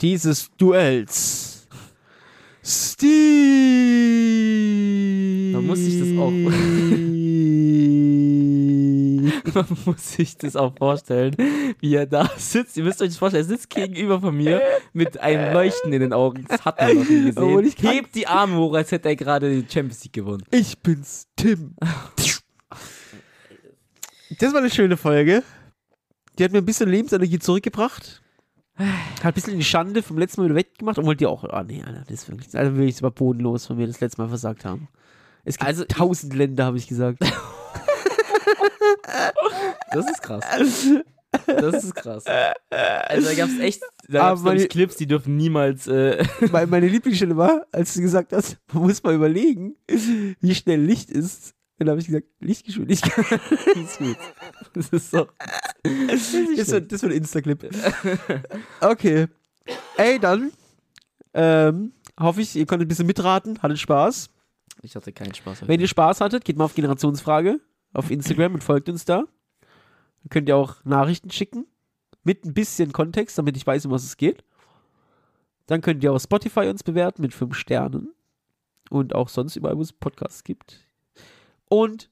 dieses Duells. Steve.
Da musste ich das
auch.
Man muss sich das auch vorstellen, wie er da sitzt. Ihr müsst euch das vorstellen, er sitzt gegenüber von mir mit einem Leuchten in den Augen. Das hat man noch nie
Obwohl ich
gesehen.
kann-
Hebt die Arme hoch, als hätte er gerade die Champions League gewonnen.
ich bin's, Tim. Das war eine schöne Folge. Die hat mir ein bisschen Lebensenergie zurückgebracht. Hat ein bisschen die Schande vom letzten Mal wieder weggemacht. Und wollt ihr auch. Ah, nee, Alter, das ist wirklich. Also wirklich, es war bodenlos, von mir das letzte Mal versagt haben. Es gibt also, tausend Länder, habe ich gesagt.
Das ist krass. Das ist krass. Also da gab es echt da
Aber
gab's, glaub ich,
die-
Clips, die dürfen niemals. Äh,
Meine, meine Lieblingsstelle war, als du gesagt hast, man muss mal überlegen, wie schnell Licht ist. Und da habe ich gesagt, Lichtgeschwindigkeit.
ist gut. Das ist so.
Das war, das war ein Insta-Clip. Okay. Ey, dann ähm, hoffe ich, ihr konntet ein bisschen mitraten, hattet Spaß.
Ich hatte keinen Spaß. heute.
Wenn ihr Spaß hattet, geht mal auf Generationsfrage auf Instagram und folgt uns da. Dann könnt ihr auch Nachrichten schicken. Mit ein bisschen Kontext, damit ich weiß, um was es geht. Dann könnt ihr auf Spotify uns bewerten mit 5 Sternen. Und auch sonst überall, wo es Podcasts gibt. Und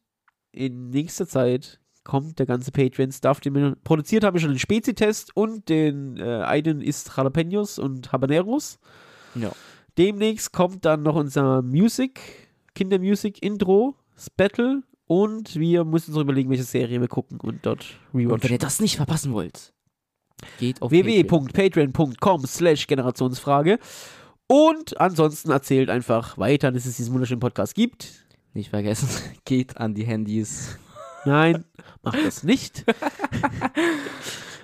in nächster Zeit kommt der ganze Patreon-Stuff, den wir produziert haben. Wir schon den Spezi-Test und den äh, einen ist Jalapenos und Habaneros.
Ja.
Demnächst kommt dann noch unser Music, Kindermusik-Intro, das Battle und wir müssen uns überlegen, welche Serie wir gucken und dort
Und wenn
rewatchen.
ihr das nicht verpassen wollt, E geht auf Patreon.
www.patreon.com slash Generationsfrage und ansonsten erzählt einfach weiter, dass es diesen wunderschönen Podcast gibt.
Nicht vergessen, geht an die Handys.
Nein, macht das nicht.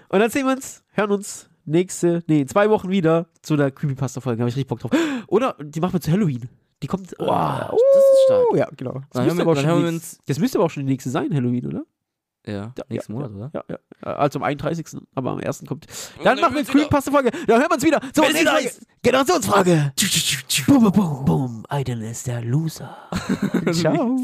und dann sehen wir uns, hören uns nächste, nee, in zwei Wochen wieder zu der Creepypasta-Folge. Da habe ich richtig Bock drauf. Oder die machen wir zu Halloween. Die kommt. Oh,
Ah, das ist stark.
Ja, genau. Das müsste,
Dann hören wir-
aber auch
dann
schon
hören
die
wir
nächste, das müsste aber auch schon die nächste sein, Halloween, oder?
Ja,
Ja,
nächsten
ja,
Monat, oder?
Ja, ja. Äh, Also am 31. Aber am 1. kommt.
dann
Dann machen wir
hören wir uns wieder.
Creepypasta-Folge. Dann hören wir uns wieder. So,
Wenn sie da
nächste Folge. Generationsfrage. Boom, boom, boom, boom. Aiden ist der Loser. Ciao.